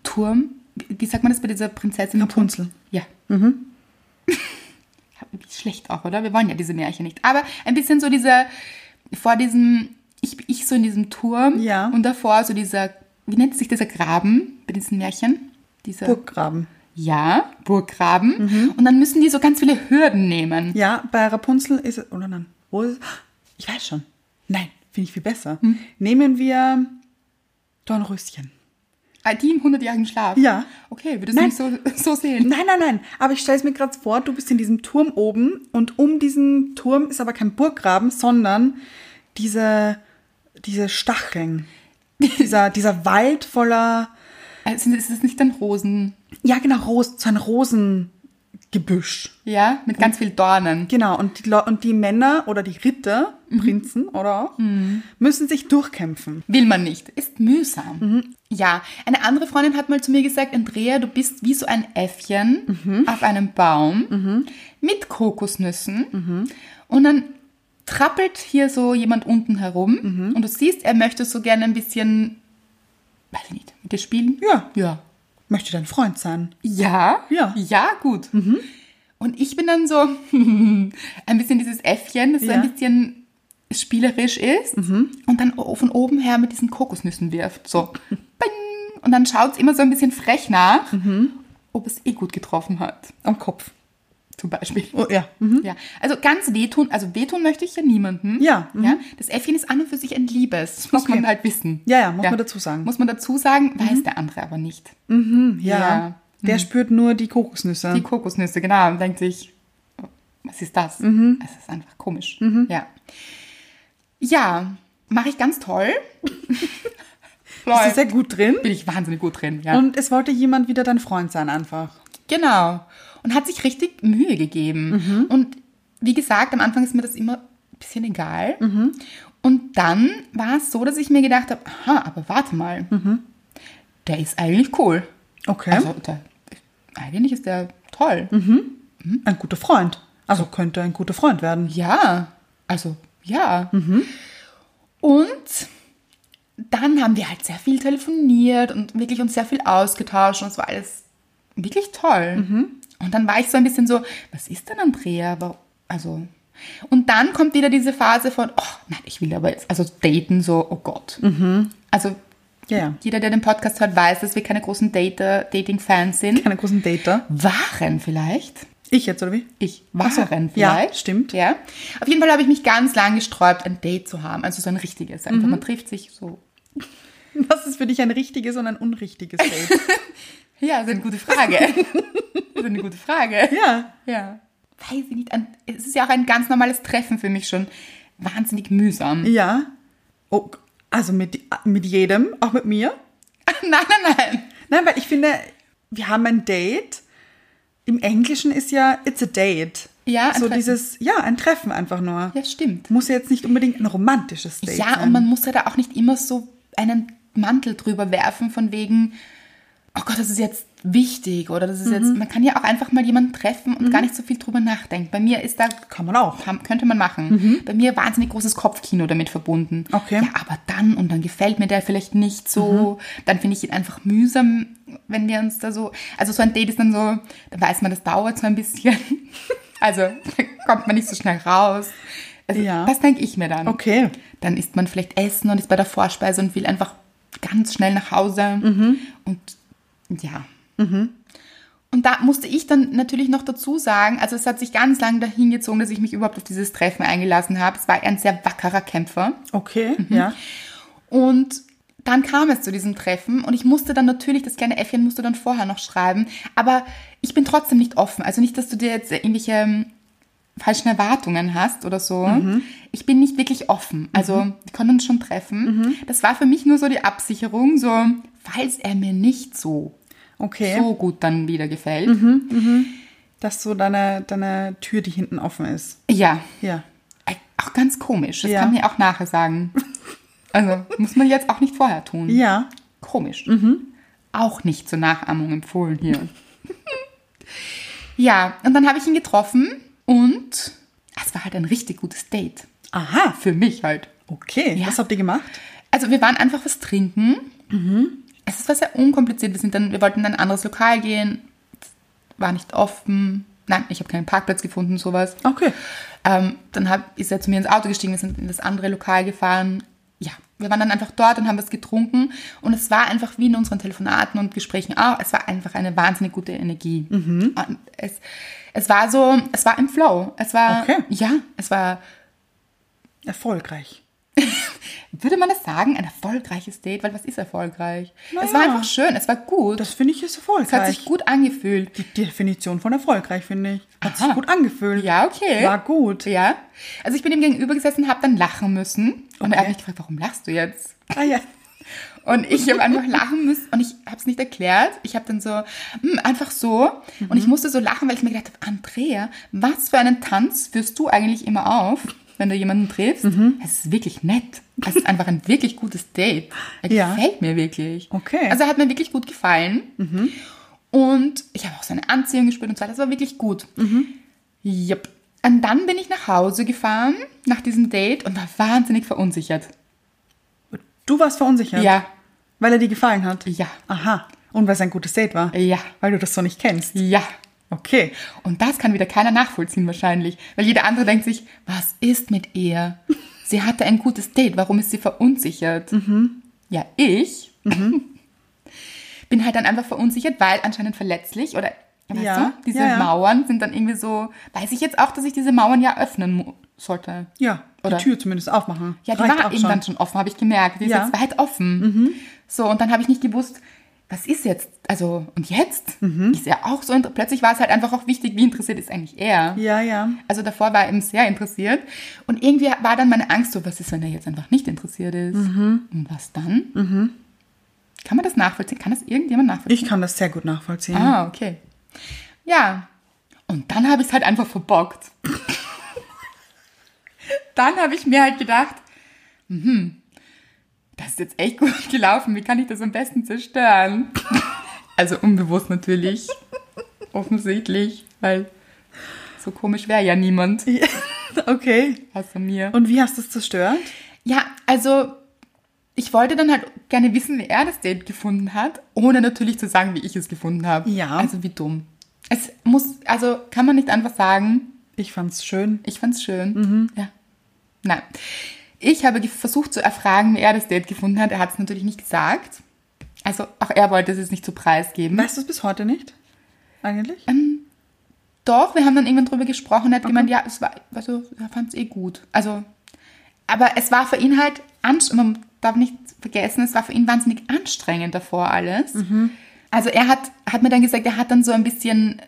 Speaker 1: Turm. Wie wie sagt man das bei dieser Prinzessin?
Speaker 3: Rapunzel. Mhm.
Speaker 1: Ja. Wie Schlecht auch, oder? Wir wollen ja diese Märchen nicht. Aber ein bisschen so dieser, vor diesem, ich, ich so in diesem Turm
Speaker 3: Ja.
Speaker 1: und davor so dieser, wie nennt sich dieser Graben bei diesen Märchen? Dieser,
Speaker 3: Burggraben.
Speaker 1: ja, Burggraben.
Speaker 3: Mhm.
Speaker 1: Und dann müssen die so ganz viele Hürden nehmen.
Speaker 3: Ja, bei Rapunzel ist es. Oder nein. Wo ist es? Ich weiß schon. Nein, finde ich viel besser. Nehmen wir Dornröschen.
Speaker 1: Ah, Die im 100-jährigen Schlaf.
Speaker 3: Ja.
Speaker 1: Okay, würdest du
Speaker 3: Nein.
Speaker 1: mich so, so sehen?
Speaker 3: Nein, nein, nein. Aber ich stelle es mir gerade vor, du bist in diesem Turm oben und um diesen Turm ist aber kein Burggraben, sondern diese, diese Stacheln. dieser, dieser Wald voller.
Speaker 1: Also ist das nicht dann Rosen?
Speaker 3: Ja, genau, Ros so ein Rosengebüsch.
Speaker 1: Ja, mit ganz viel Dornen.
Speaker 3: Genau, und die, Leu- und die Männer oder die Ritter, Prinzen oder auch, müssen sich durchkämpfen.
Speaker 1: Will man nicht. Ist mühsam.
Speaker 3: Mhm.
Speaker 1: Ja, eine andere Freundin hat mal zu mir gesagt, Andrea, du bist wie so ein Äffchen
Speaker 3: Mhm.
Speaker 1: auf einem Baum mit Kokosnüssen.
Speaker 3: Mhm.
Speaker 1: Und dann trappelt hier so jemand unten herum
Speaker 3: Mhm.
Speaker 1: und du siehst, er möchte so gerne ein bisschen, weiß ich nicht, mit dir spielen.
Speaker 3: Ja.
Speaker 1: Ja.
Speaker 3: Möchte dein Freund sein.
Speaker 1: Ja,
Speaker 3: Ja. Mhm.
Speaker 1: ja, gut. Und ich bin dann so ein bisschen dieses Äffchen, das so
Speaker 3: Ja. Mhm.
Speaker 1: ein bisschen spielerisch ist und dann o- von oben her mit diesen Kokosnüssen wirft. So. Bing. Und
Speaker 3: Mhm.
Speaker 1: dann schaut es immer so ein bisschen frech nach, ob es eh gut getroffen hat.
Speaker 3: Am Kopf.
Speaker 1: Zum Beispiel.
Speaker 3: Oh, ja.
Speaker 1: Ja, also ganz wehtun, also wehtun möchte ich ja niemanden.
Speaker 3: Ja, mhm.
Speaker 1: ja. Das Äffchen ist an und für sich ein Liebes. Das muss
Speaker 3: Okay.
Speaker 1: man halt wissen.
Speaker 3: Ja, ja, muss man dazu sagen. Mhm.
Speaker 1: Muss man dazu sagen, weiß der andere aber nicht.
Speaker 3: Ja.
Speaker 1: Ja.
Speaker 3: Der spürt nur die Kokosnüsse.
Speaker 1: Die Kokosnüsse, genau, und denkt sich, was ist das?
Speaker 3: Mhm.
Speaker 1: Es ist einfach komisch. Ja. Ja, mache ich ganz toll.
Speaker 3: das
Speaker 1: Läuft.
Speaker 3: ist sehr gut drin.
Speaker 1: Bin ich wahnsinnig gut drin, ja.
Speaker 3: Und es wollte jemand wieder dein Freund sein einfach.
Speaker 1: Genau. Und hat sich richtig Mühe
Speaker 3: Mhm.
Speaker 1: gegeben. Und wie gesagt, am Anfang ist mir das immer ein bisschen egal.
Speaker 3: Mhm.
Speaker 1: Und dann war es so, dass ich mir gedacht habe, aha, aber warte mal,
Speaker 3: Mhm.
Speaker 1: der ist eigentlich cool.
Speaker 3: Okay.
Speaker 1: Also, der, eigentlich ist der toll.
Speaker 3: ein guter Freund. Also könnte ein guter Freund werden.
Speaker 1: Ja, also ja.
Speaker 3: Mhm.
Speaker 1: Und dann haben wir halt sehr viel telefoniert und wirklich uns sehr viel ausgetauscht und es war alles wirklich toll.
Speaker 3: Mhm.
Speaker 1: Und dann war ich so ein bisschen so, was ist denn Andrea? Wa- Also und dann kommt wieder diese Phase von, oh nein, ich will aber jetzt, also daten so, oh Gott. Also
Speaker 3: Mhm. Ja, ja.
Speaker 1: jeder, der den Podcast hört, weiß, dass wir keine großen Date- Dating-Fans sind.
Speaker 3: Keine großen Dater.
Speaker 1: Waren vielleicht.
Speaker 3: Ich jetzt, oder wie?
Speaker 1: Ich waren
Speaker 3: ja,
Speaker 1: vielleicht.
Speaker 3: stimmt.
Speaker 1: Ja. Auf jeden Fall habe ich mich ganz lang gesträubt, ein Date zu haben. Also so ein richtiges.
Speaker 3: Mhm.
Speaker 1: Einfach man trifft sich so.
Speaker 3: Was ist für dich ein richtiges und ein unrichtiges Date?
Speaker 1: Ja, das ist eine gute Frage. das ist eine gute Frage.
Speaker 3: ja.
Speaker 1: Ja. Weiß ich nicht. Ein- Es ist ja auch ein ganz normales Treffen für mich schon. Wahnsinnig mühsam.
Speaker 3: Ja. Oh, also mit, mit jedem, auch mit mir.
Speaker 1: nein, nein, nein.
Speaker 3: Nein, weil ich finde, wir haben ein Date. Im Englischen ist ja it's a date.
Speaker 1: Ja, ein
Speaker 3: So
Speaker 1: Treffen.
Speaker 3: dieses, ja, ein Treffen einfach nur.
Speaker 1: Ja, stimmt.
Speaker 3: Muss ja jetzt nicht unbedingt ein romantisches Date sein.
Speaker 1: Ja, und man muss ja da auch nicht immer so einen Mantel drüber werfen von wegen, oh Gott, das ist jetzt wichtig oder das ist
Speaker 3: Mhm.
Speaker 1: jetzt, man kann ja auch einfach mal jemanden treffen und gar nicht so viel drüber nachdenken. Bei mir ist da
Speaker 3: Kann man auch.
Speaker 1: Kann- könnte man machen. Bei mir wahnsinnig großes Kopfkino damit verbunden.
Speaker 3: Mhm. Okay.
Speaker 1: Ja, aber dann und dann gefällt mir der vielleicht nicht so.
Speaker 3: Mhm.
Speaker 1: Dann finde ich ihn einfach mühsam, wenn wir uns da so. Also so ein Date ist dann so, dann weiß man, das dauert so ein bisschen. Also da kommt man nicht so schnell raus. Also,
Speaker 3: Ja.
Speaker 1: Das denke ich mir dann.
Speaker 3: Okay.
Speaker 1: Dann isst man vielleicht Essen und ist bei der Vorspeise und will einfach ganz schnell nach Hause. Und ja. Und da musste ich dann natürlich noch dazu sagen, also es hat sich ganz lange dahingezogen, dass ich mich überhaupt auf dieses Treffen eingelassen habe. Es war ein sehr wackerer Kämpfer.
Speaker 3: Okay,
Speaker 1: Mhm.
Speaker 3: ja.
Speaker 1: Und dann kam es zu diesem Treffen und ich musste dann natürlich, das kleine Äffchen musste dann vorher noch schreiben, aber ich bin trotzdem nicht offen. Also nicht, dass du dir jetzt irgendwelche ähm, falschen Erwartungen hast oder so.
Speaker 3: Mhm.
Speaker 1: Ich bin nicht wirklich offen. Also wir können uns schon treffen.
Speaker 3: Mhm.
Speaker 1: Das war für mich nur so die Absicherung, so falls er mir nicht so,
Speaker 3: Okay. Mhm.
Speaker 1: so gut dann wieder gefällt.
Speaker 3: Das ist so deine, deine Tür, die hinten offen ist.
Speaker 1: Ja,
Speaker 3: Ja.
Speaker 1: auch ganz komisch. Das
Speaker 3: Ja.
Speaker 1: kann mir auch nachher sagen. Also muss man jetzt auch nicht vorher tun.
Speaker 3: Ja.
Speaker 1: Komisch. Auch nicht zur Nachahmung empfohlen hier. ja, und dann habe ich ihn getroffen und es war halt ein richtig gutes Date.
Speaker 3: Aha.
Speaker 1: Für mich halt.
Speaker 3: Okay.
Speaker 1: Ja.
Speaker 3: Was habt ihr gemacht?
Speaker 1: Also wir waren einfach was trinken. Es ist was sehr unkompliziert. Wir, sind dann, wir wollten in ein anderes Lokal gehen. War nicht offen. Nein, ich habe keinen Parkplatz gefunden, sowas.
Speaker 3: Okay.
Speaker 1: Ähm, dann hab, ist er zu mir ins Auto gestiegen, wir sind in das andere Lokal gefahren. Ja, wir waren dann einfach dort und haben was getrunken. Und es war einfach wie in unseren Telefonaten und Gesprächen auch, es war einfach eine wahnsinnig gute Energie.
Speaker 3: Mhm.
Speaker 1: Und Es, es war so, es war im Flow. Es war,
Speaker 3: Okay.
Speaker 1: ja, es war,
Speaker 3: Erfolgreich.
Speaker 1: würde man das sagen, ein erfolgreiches Date, weil was ist erfolgreich? Es
Speaker 3: Naja.
Speaker 1: war einfach schön, es war gut.
Speaker 3: Das finde ich ist
Speaker 1: es hat
Speaker 3: erfolgreich.
Speaker 1: sich gut angefühlt.
Speaker 3: Die Definition von erfolgreich, finde ich. Hat
Speaker 1: Aha.
Speaker 3: sich gut angefühlt.
Speaker 1: Ja, okay.
Speaker 3: War gut.
Speaker 1: Ja. Also ich bin ihm gegenüber gesessen, habe dann lachen müssen. Und er hat
Speaker 3: Okay.
Speaker 1: mich gefragt, warum lachst du jetzt?
Speaker 3: Ah ja.
Speaker 1: Und ich habe einfach lachen müssen und ich habe es nicht erklärt. Ich habe dann so, "Hm, einfach so. Und
Speaker 3: Mhm.
Speaker 1: ich musste so lachen, weil ich mir gedacht habe, Andrea, was für einen Tanz führst du eigentlich immer auf, wenn du jemanden triffst?
Speaker 3: Mhm.
Speaker 1: Es ist wirklich nett. Es ist einfach ein wirklich gutes Date. Er
Speaker 3: Ja.
Speaker 1: gefällt mir wirklich.
Speaker 3: Okay. Mhm.
Speaker 1: Also er hat mir wirklich gut gefallen. Und ich habe auch seine Anziehung gespürt und so weiter. Das war wirklich gut.
Speaker 3: Mhm.
Speaker 1: Jupp. Und dann bin ich nach Hause gefahren, nach diesem Date, und war wahnsinnig verunsichert.
Speaker 3: Du warst verunsichert.
Speaker 1: Ja.
Speaker 3: Weil er dir gefallen hat.
Speaker 1: Ja.
Speaker 3: Aha. Und weil es ein gutes Date war.
Speaker 1: Ja.
Speaker 3: Weil du das so nicht kennst.
Speaker 1: Ja.
Speaker 3: Okay.
Speaker 1: Und das kann wieder keiner nachvollziehen wahrscheinlich, weil jeder andere denkt sich, was ist mit ihr? Sie hatte ein gutes Date, warum ist sie verunsichert?
Speaker 3: Mhm.
Speaker 1: Ja, ich bin halt dann einfach verunsichert, weil anscheinend verletzlich oder Weißt
Speaker 3: Ja,
Speaker 1: du? Diese
Speaker 3: ja, ja.
Speaker 1: Mauern sind dann irgendwie so, weiß ich jetzt auch, dass ich diese Mauern ja öffnen mu- sollte.
Speaker 3: Ja,
Speaker 1: Oder?
Speaker 3: die Tür zumindest aufmachen.
Speaker 1: Ja, die
Speaker 3: Reicht
Speaker 1: war
Speaker 3: auch
Speaker 1: eben dann schon offen, habe ich gemerkt. Die ist
Speaker 3: Ja. Mhm.
Speaker 1: jetzt weit offen. So, und dann habe ich nicht gewusst, was ist jetzt? Also, und jetzt?
Speaker 3: Mhm.
Speaker 1: Ist er auch so, inter- plötzlich war es halt einfach auch wichtig, wie interessiert ist eigentlich er?
Speaker 3: Ja, ja.
Speaker 1: Also davor war er eben sehr interessiert. Und irgendwie war dann meine Angst so, was ist, wenn er jetzt einfach nicht interessiert ist?
Speaker 3: Mhm.
Speaker 1: Und was dann? Kann man das nachvollziehen? Kann das irgendjemand nachvollziehen?
Speaker 3: Ich kann das sehr gut nachvollziehen.
Speaker 1: ah, okay. Ja. Und dann habe ich es halt einfach verbockt. dann habe ich mir halt gedacht, mhm, das ist jetzt echt gut gelaufen. Wie kann ich das am besten zerstören? also unbewusst natürlich. Offensichtlich, weil so komisch wäre ja niemand
Speaker 3: Okay.
Speaker 1: außer mir.
Speaker 3: Und wie hast du es zerstört?
Speaker 1: Ja, also ich wollte dann halt gerne wissen, wie er das Date gefunden hat, ohne natürlich zu sagen, wie ich es gefunden habe.
Speaker 3: Ja.
Speaker 1: Also wie dumm. Es muss, also kann man nicht einfach sagen,
Speaker 3: Ich fand's schön.
Speaker 1: ich fand's schön. Mhm. Ja. Nein. Ich habe ge- versucht zu erfragen, wie er das Date gefunden hat. Er hat es natürlich nicht gesagt. Also auch er wollte es jetzt nicht zu preisgeben.
Speaker 3: Weißt du es bis heute nicht? Eigentlich?
Speaker 1: Ähm, Doch, wir haben dann irgendwann drüber gesprochen. Er hat gemeint, ja, es war, also, er fand es eh gut. Also, aber es war für ihn halt anstrengend. Man darf nicht vergessen, es war für ihn wahnsinnig anstrengend davor alles. Also, er hat, hat mir dann gesagt, er hat dann so ein bisschen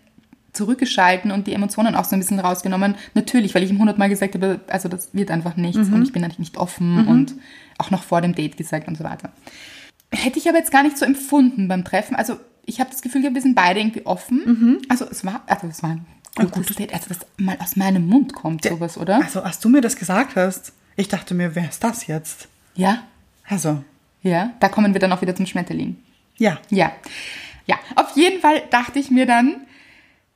Speaker 1: zurückgeschalten und die Emotionen auch so ein bisschen rausgenommen. Natürlich, weil ich ihm hundertmal gesagt habe, also das wird einfach nichts und ich bin eigentlich nicht offen und auch noch vor dem Date gesagt und so weiter. Hätte ich aber jetzt gar nicht so empfunden beim Treffen. Also ich habe das Gefühl, gehabt, wir sind beide irgendwie offen. Also es war, also es war ein gutes, Date. Also das mal aus meinem Mund kommt sowas, oder?
Speaker 3: Also, als du mir das gesagt hast, ich dachte mir, wer ist das jetzt?
Speaker 1: Ja,
Speaker 3: Also,
Speaker 1: ja. Da kommen wir dann auch wieder zum Schmetterling.
Speaker 3: ja.
Speaker 1: Ja, ja. Auf jeden Fall dachte ich mir dann,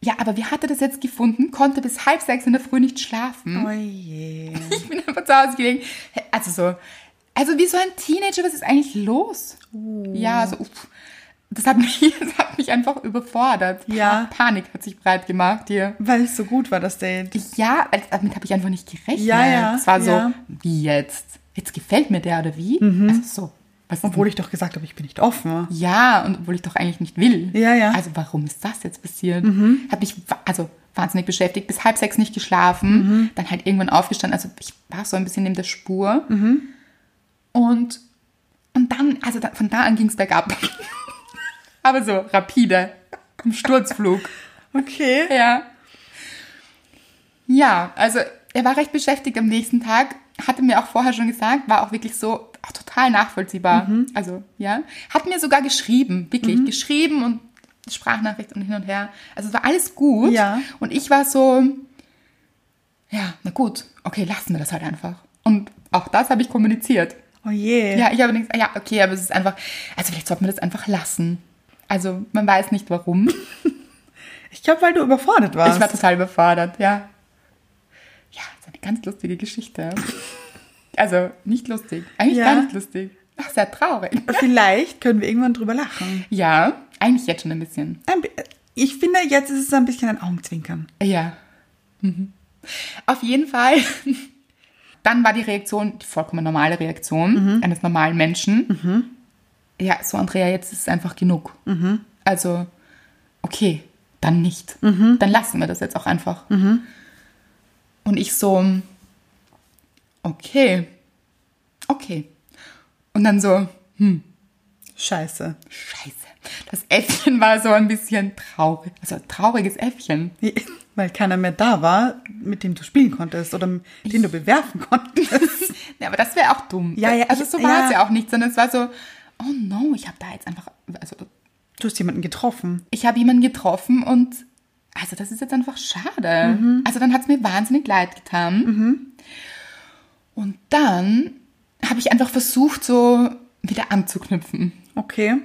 Speaker 1: ja, aber wie hat er das jetzt gefunden? Konnte bis halb sechs in der Früh nicht schlafen.
Speaker 3: Oh je.
Speaker 1: Ich bin einfach zu Hause gelegen. Also so, also wie so ein Teenager, was ist eigentlich los?
Speaker 3: Oh.
Speaker 1: Ja, so, uff. Das hat, mich, das hat mich einfach überfordert.
Speaker 3: Ja.
Speaker 1: Pa- Panik hat sich breit gemacht hier.
Speaker 3: Weil es so gut war, das Date.
Speaker 1: Ja, also damit habe ich einfach nicht gerechnet.
Speaker 3: Ja, ja,
Speaker 1: Es war so,
Speaker 3: ja. Mhm.
Speaker 1: wie jetzt? Jetzt gefällt mir der oder wie? Also so. Was ist
Speaker 3: Obwohl ich doch gesagt habe, ich bin nicht offen.
Speaker 1: ja, und obwohl ich doch eigentlich nicht will.
Speaker 3: Ja, ja. Mhm.
Speaker 1: Also warum ist das jetzt passiert? Hat mich wa- also wahnsinnig beschäftigt, bis halb sechs nicht geschlafen,
Speaker 3: Mhm.
Speaker 1: dann halt irgendwann aufgestanden. Also ich war so ein bisschen neben der Spur.
Speaker 3: Mhm.
Speaker 1: Und, und dann, also da, von da an ging es bergab. Aber so rapide, im Sturzflug.
Speaker 3: Okay.
Speaker 1: Ja. Ja, also er war recht beschäftigt am nächsten Tag, hatte mir auch vorher schon gesagt, war auch wirklich so auch total nachvollziehbar. Also, ja. Hat mir sogar geschrieben, wirklich geschrieben und Sprachnachricht und hin und her. Also es war alles gut.
Speaker 3: Ja.
Speaker 1: Und ich war so, ja, na gut, okay, lassen wir das halt einfach. Und auch das habe ich kommuniziert.
Speaker 3: Oh je.
Speaker 1: Ja, ich habe nichts. Ja, okay, aber es ist einfach. Also vielleicht sollte man das einfach lassen. Also man weiß nicht warum.
Speaker 3: Ich glaube, weil du überfordert warst.
Speaker 1: Ich war total überfordert, ja. Ja, ist eine ganz lustige Geschichte. Also nicht lustig, eigentlich
Speaker 3: Ja.
Speaker 1: gar nicht lustig. Ach, sehr traurig.
Speaker 3: Vielleicht können wir irgendwann drüber lachen.
Speaker 1: Ja, eigentlich jetzt schon ein bisschen.
Speaker 3: Ein bi- Ich finde, jetzt ist es ein bisschen ein Augenzwinkern.
Speaker 1: Ja. Mhm. Auf jeden Fall. Dann war die Reaktion die vollkommen normale Reaktion eines normalen Menschen. Ja, so Andrea, jetzt ist es einfach genug. Also, okay, dann nicht. Dann lassen wir das jetzt auch einfach. Und ich so, okay, okay. Und dann so,
Speaker 3: Scheiße.
Speaker 1: scheiße. Das Äffchen war so ein bisschen traurig. Also ein trauriges Äffchen.
Speaker 3: Weil keiner mehr da war, mit dem du spielen konntest oder den du bewerfen konntest.
Speaker 1: Ja, aber das wäre auch dumm.
Speaker 3: Ja, ja,
Speaker 1: also
Speaker 3: ich-
Speaker 1: so war
Speaker 3: ja.
Speaker 1: es ja auch nicht, sondern es war so, oh no, ich habe da jetzt einfach, also
Speaker 3: Du hast jemanden getroffen.
Speaker 1: ich habe jemanden getroffen und also das ist jetzt einfach schade.
Speaker 3: Mhm.
Speaker 1: Also dann hat es mir wahnsinnig leid getan. Und dann habe ich einfach versucht, so wieder anzuknüpfen.
Speaker 3: Okay.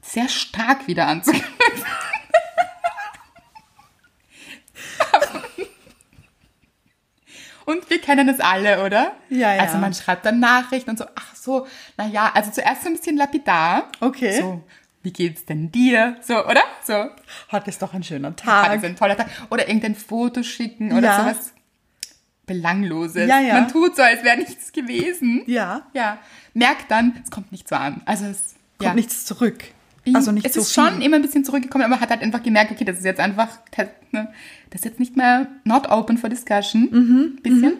Speaker 1: Sehr stark wieder anzuknüpfen. Und wir kennen es alle, oder?
Speaker 3: Ja, ja.
Speaker 1: Also man schreibt dann Nachrichten und so, ach so, naja, also zuerst so ein bisschen lapidar.
Speaker 3: Okay.
Speaker 1: So, wie geht's denn dir? So, oder? So,
Speaker 3: Heute ist doch ein schöner
Speaker 1: war das
Speaker 3: Tag.
Speaker 1: ein toller Tag. Oder irgendein Foto schicken oder
Speaker 3: Ah, Ja.
Speaker 1: sowas Belangloses.
Speaker 3: Ja, ja.
Speaker 1: Man tut so, als wäre nichts gewesen.
Speaker 3: Ja.
Speaker 1: Ja. Merkt dann, es kommt nicht so an. Also es
Speaker 3: Kommt nichts zurück. Also nicht
Speaker 1: es
Speaker 3: so
Speaker 1: ist schon
Speaker 3: viel.
Speaker 1: immer ein bisschen zurückgekommen, aber hat halt einfach gemerkt, okay, das ist jetzt einfach, ne, das ist jetzt nicht mehr not open for discussion.
Speaker 3: Mhm,
Speaker 1: Bisschen.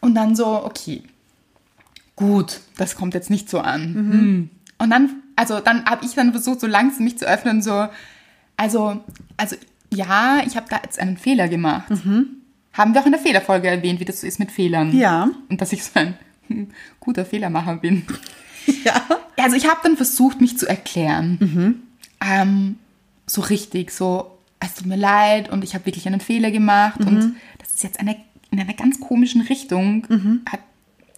Speaker 1: Und dann so, okay, gut, das kommt jetzt nicht so an.
Speaker 3: Mhm.
Speaker 1: Hm. Und dann, also dann habe ich dann versucht, so langsam mich zu öffnen, so, also, also ja, ich habe da jetzt einen Fehler gemacht. Haben wir auch in der Fehlerfolge erwähnt, wie das so ist mit Fehlern.
Speaker 3: Mhm. Ja.
Speaker 1: Und dass ich so ein hm, guter Fehlermacher bin.
Speaker 3: Ja.
Speaker 1: Also ich habe dann versucht, mich zu erklären. Ähm, so richtig, so, es tut mir leid und ich habe wirklich einen Fehler gemacht und das ist jetzt eine, in einer ganz komischen Richtung. Hat,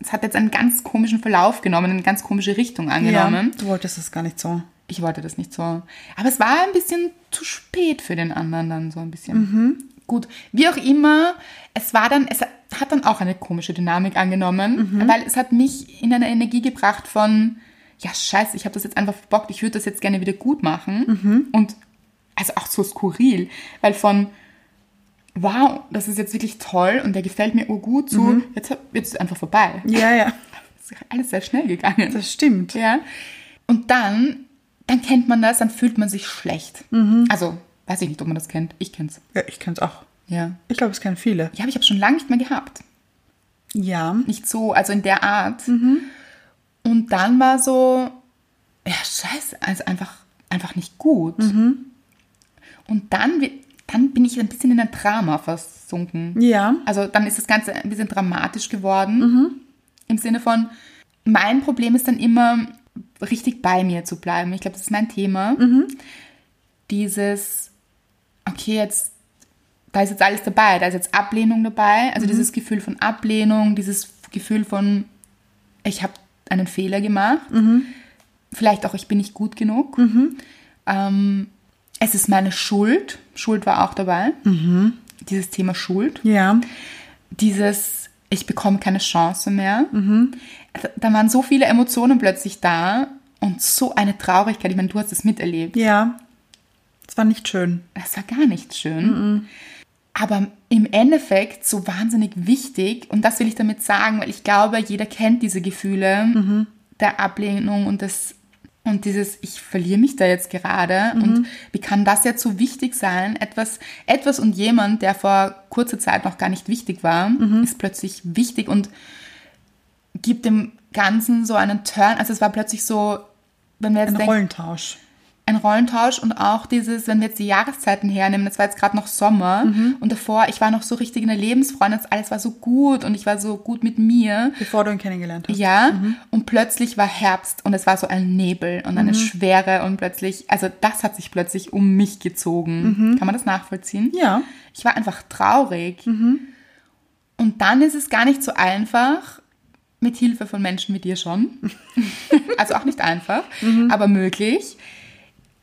Speaker 1: es hat jetzt einen ganz komischen Verlauf genommen, eine ganz komische Richtung angenommen.
Speaker 3: Du wolltest das gar nicht so.
Speaker 1: Ich wollte das nicht so. Aber es war ein bisschen zu spät für den anderen dann so ein bisschen. Gut, wie auch immer, es war dann, es hat dann auch eine komische Dynamik angenommen, weil es hat mich in eine Energie gebracht von, ja scheiße, ich habe das jetzt einfach verbockt, ich würde das jetzt gerne wieder gut machen. Und also auch so skurril, weil von, wow, das ist jetzt wirklich toll und der gefällt mir urgut zu, jetzt, hab- jetzt ist es einfach vorbei.
Speaker 3: Ja, ja.
Speaker 1: Es ist alles sehr schnell gegangen.
Speaker 3: Das stimmt.
Speaker 1: Ja. Und dann, dann kennt man das, dann fühlt man sich schlecht. Also, weiß ich nicht, ob man das kennt. Ich kenn's.
Speaker 3: Ja, ich kenne es auch.
Speaker 1: Ja.
Speaker 3: Ich glaube, es kennen viele.
Speaker 1: Ja, aber ich habe schon lange nicht mehr gehabt.
Speaker 3: Ja.
Speaker 1: Nicht so, also in der Art. Und dann war so, ja, scheiße, also einfach, einfach nicht gut. Und dann, wi- dann bin ich ein bisschen in ein Drama versunken.
Speaker 3: Ja.
Speaker 1: Also dann ist das Ganze ein bisschen dramatisch geworden. Im Sinne von, mein Problem ist dann immer, richtig bei mir zu bleiben. Ich glaube, das ist mein Thema. Dieses, okay, jetzt, da ist jetzt alles dabei. Da ist jetzt Ablehnung dabei. Also dieses Gefühl von Ablehnung, dieses Gefühl von, ich habe einen Fehler gemacht. Vielleicht auch, ich bin nicht gut genug. Ähm, es ist meine Schuld. Schuld war auch dabei. Dieses Thema Schuld
Speaker 3: Ja.
Speaker 1: dieses ich bekomme keine Chance mehr. Da- Da waren so viele Emotionen plötzlich da und so eine Traurigkeit. Ich meine, du hast es miterlebt.
Speaker 3: Ja. Es war nicht schön.
Speaker 1: Das war gar nicht schön. Aber im Endeffekt so wahnsinnig wichtig, und das will ich damit sagen, weil ich glaube, jeder kennt diese Gefühle der Ablehnung und das und dieses, ich verliere mich da jetzt gerade. Und wie kann das jetzt so wichtig sein? Etwas, etwas und jemand, der vor kurzer Zeit noch gar nicht wichtig war, ist plötzlich wichtig und gibt dem Ganzen so einen Turn. Also es war plötzlich so, wenn wir jetzt
Speaker 3: Ein
Speaker 1: denken,
Speaker 3: Rollentausch.
Speaker 1: ein Rollentausch und auch dieses, wenn wir jetzt die Jahreszeiten hernehmen, das war jetzt gerade noch Sommer und davor, ich war noch so richtig in der Lebensfreundschaft, alles war so gut und ich war so gut mit mir.
Speaker 3: Bevor du ihn kennengelernt hast.
Speaker 1: Ja, und plötzlich war Herbst und es war so ein Nebel und eine Schwere und plötzlich, also das hat sich plötzlich um mich gezogen. Kann man das nachvollziehen?
Speaker 3: Ja.
Speaker 1: Ich war einfach traurig. Und dann ist es gar nicht so einfach, mit Hilfe von Menschen wie dir schon, also auch nicht einfach, aber möglich,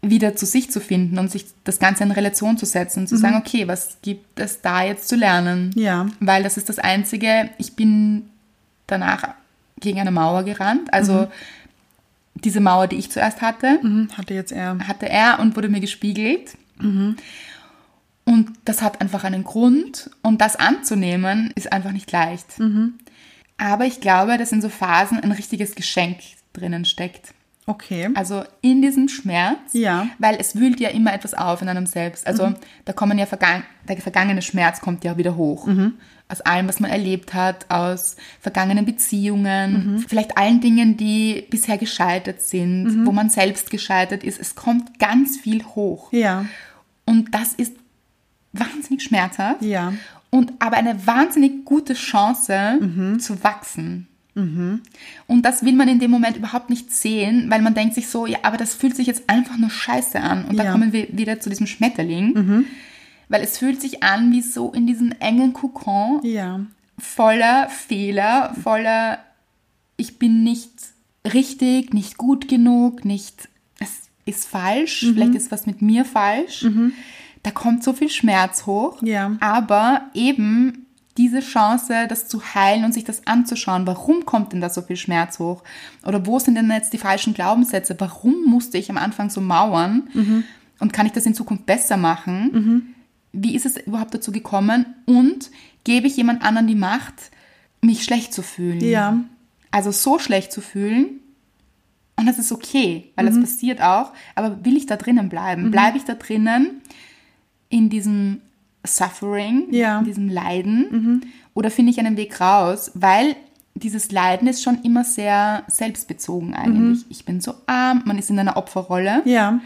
Speaker 1: wieder zu sich zu finden und sich das Ganze in Relation zu setzen und zu sagen, okay, was gibt es da jetzt zu lernen?
Speaker 3: Ja.
Speaker 1: Weil das ist das Einzige, ich bin danach gegen eine Mauer gerannt, also diese Mauer, die ich zuerst hatte,
Speaker 3: Mhm, Hatte jetzt er.
Speaker 1: hatte er und wurde mir gespiegelt. Und das hat einfach einen Grund. Und das anzunehmen, ist einfach nicht leicht. Aber ich glaube, dass in so Phasen ein richtiges Geschenk drinnen steckt.
Speaker 3: Okay.
Speaker 1: Also in diesem Schmerz,
Speaker 3: Ja.
Speaker 1: weil es wühlt ja immer etwas auf in einem selbst. Also da kommen ja vergang der vergangene Schmerz kommt ja wieder hoch. Aus allem, was man erlebt hat, aus vergangenen Beziehungen, vielleicht allen Dingen, die bisher gescheitert sind, wo man selbst gescheitert ist. Es kommt ganz viel hoch.
Speaker 3: Ja.
Speaker 1: Und das ist wahnsinnig schmerzhaft.
Speaker 3: Ja.
Speaker 1: Und aber eine wahnsinnig gute Chance
Speaker 3: Mhm.
Speaker 1: zu wachsen. Und das will man in dem Moment überhaupt nicht sehen, weil man denkt sich so, ja, aber das fühlt sich jetzt einfach nur scheiße an. Und da
Speaker 3: Ja. Mhm.
Speaker 1: kommen wir wieder zu diesem Schmetterling. Weil es fühlt sich an wie so in diesem engen Kokon
Speaker 3: Ja.
Speaker 1: voller Fehler, voller ich bin nicht richtig, nicht gut genug, nicht es ist falsch, vielleicht ist was mit mir falsch. Da kommt so viel Schmerz hoch,
Speaker 3: Ja.
Speaker 1: aber eben diese Chance, das zu heilen und sich das anzuschauen, warum kommt denn da so viel Schmerz hoch? Oder wo sind denn jetzt die falschen Glaubenssätze? Warum musste ich am Anfang so mauern? Und kann ich das in Zukunft besser machen? wie ist es überhaupt dazu gekommen und gebe ich jemand anderen die Macht, mich schlecht zu fühlen?
Speaker 3: Ja.
Speaker 1: Also so schlecht zu fühlen, Und das ist okay, weil
Speaker 3: Mhm.
Speaker 1: das passiert auch. Aber will ich da drinnen bleiben? Bleibe ich da drinnen in diesem Suffering,
Speaker 3: Ja. Mhm.
Speaker 1: in diesem Leiden? Oder finde ich einen Weg raus? Weil dieses Leiden ist schon immer sehr selbstbezogen eigentlich.
Speaker 3: Mhm.
Speaker 1: Ich bin so arm, man ist in einer Opferrolle.
Speaker 3: Ja.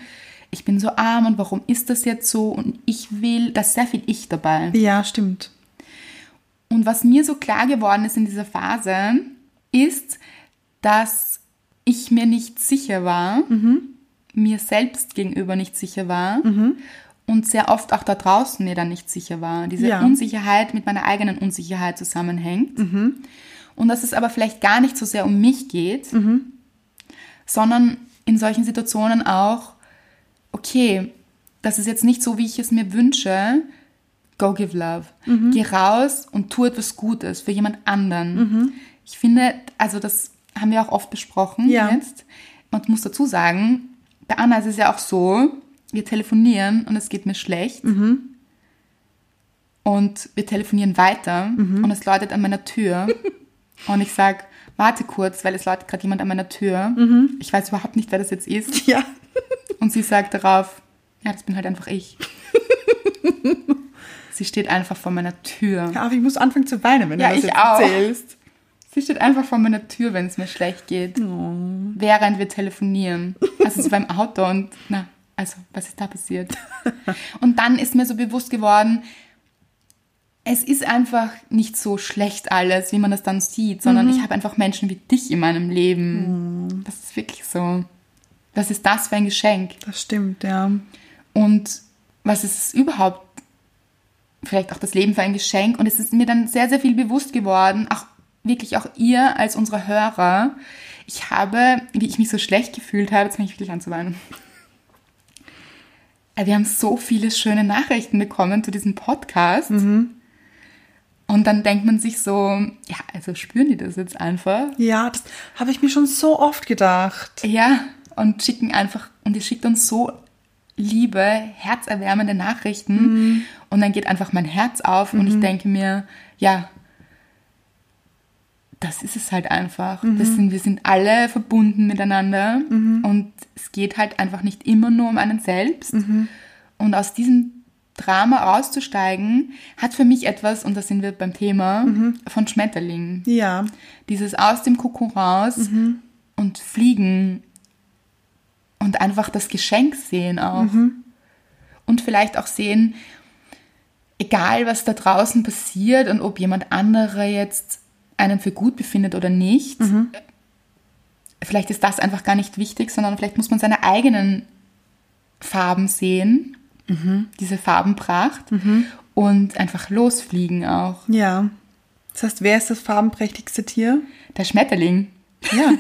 Speaker 1: Ich bin so arm und warum ist das jetzt so? Und ich will, da ist sehr viel Ich dabei.
Speaker 3: Ja, stimmt.
Speaker 1: Und was mir so klar geworden ist in dieser Phase, ist, dass ich mir nicht sicher war, mir selbst gegenüber nicht sicher war und sehr oft auch da draußen mir dann nicht sicher war. Diese
Speaker 3: Ja.
Speaker 1: Unsicherheit mit meiner eigenen Unsicherheit zusammenhängt. Und dass es aber vielleicht gar nicht so sehr um mich geht, sondern in solchen Situationen auch, okay, das ist jetzt nicht so, wie ich es mir wünsche, go give love. Geh raus und tu etwas Gutes für jemand anderen. Ich finde, also das haben wir auch oft besprochen
Speaker 3: Ja.
Speaker 1: jetzt. Man muss dazu sagen, bei Anna ist es ja auch so, wir telefonieren und es geht mir schlecht. Und wir telefonieren weiter und es läutet an meiner Tür. und ich sage, warte kurz, weil es läutet gerade jemand an meiner Tür. Ich weiß überhaupt nicht, wer das jetzt ist.
Speaker 3: Ja.
Speaker 1: Und sie sagt darauf, ja, das bin halt einfach ich. sie steht einfach vor meiner Tür.
Speaker 3: Aber ich muss anfangen zu weinen, wenn
Speaker 1: Ja,
Speaker 3: du das
Speaker 1: ich
Speaker 3: jetzt
Speaker 1: auch.
Speaker 3: erzählst.
Speaker 1: Sie steht einfach vor meiner Tür, wenn es mir schlecht geht. Während wir telefonieren. Also sie war im Auto und na, also was ist da passiert? Und dann ist mir so bewusst geworden, es ist einfach nicht so schlecht alles, wie man das dann sieht, sondern ich habe einfach Menschen wie dich in meinem Leben. Das ist wirklich so. Was ist das für ein Geschenk?
Speaker 3: Das stimmt, ja.
Speaker 1: und was ist es überhaupt, vielleicht auch das Leben für ein Geschenk. Und es ist mir dann sehr, sehr viel bewusst geworden, auch wirklich auch ihr als unsere Hörer. Ich habe, wie ich mich so schlecht gefühlt habe, jetzt fange ich wirklich an zu weinen. Äh, Wir haben so viele schöne Nachrichten bekommen zu diesem Podcast. Und dann denkt man sich so, ja, also spüren die das jetzt einfach?
Speaker 3: Ja, das habe ich mir schon so oft gedacht.
Speaker 1: Ja, und schicken einfach, und ihr schickt uns so liebe, herzerwärmende Nachrichten. Und dann geht einfach mein Herz auf und ich denke mir, ja, das ist es halt einfach. Das sind, wir sind alle verbunden miteinander und es geht halt einfach nicht immer nur um einen selbst. Und aus diesem Drama auszusteigen, hat für mich etwas, und da sind wir beim Thema, von Schmetterlingen
Speaker 3: Ja.
Speaker 1: dieses aus dem Kuckuck raus und fliegen und einfach das Geschenk sehen auch. Und vielleicht auch sehen, egal was da draußen passiert und ob jemand anderer jetzt einen für gut befindet oder nicht, vielleicht ist das einfach gar nicht wichtig, sondern vielleicht muss man seine eigenen Farben sehen, diese Farbenpracht und einfach losfliegen auch.
Speaker 3: Ja. Das heißt, wer ist das farbenprächtigste Tier?
Speaker 1: Der Schmetterling,
Speaker 3: Ja.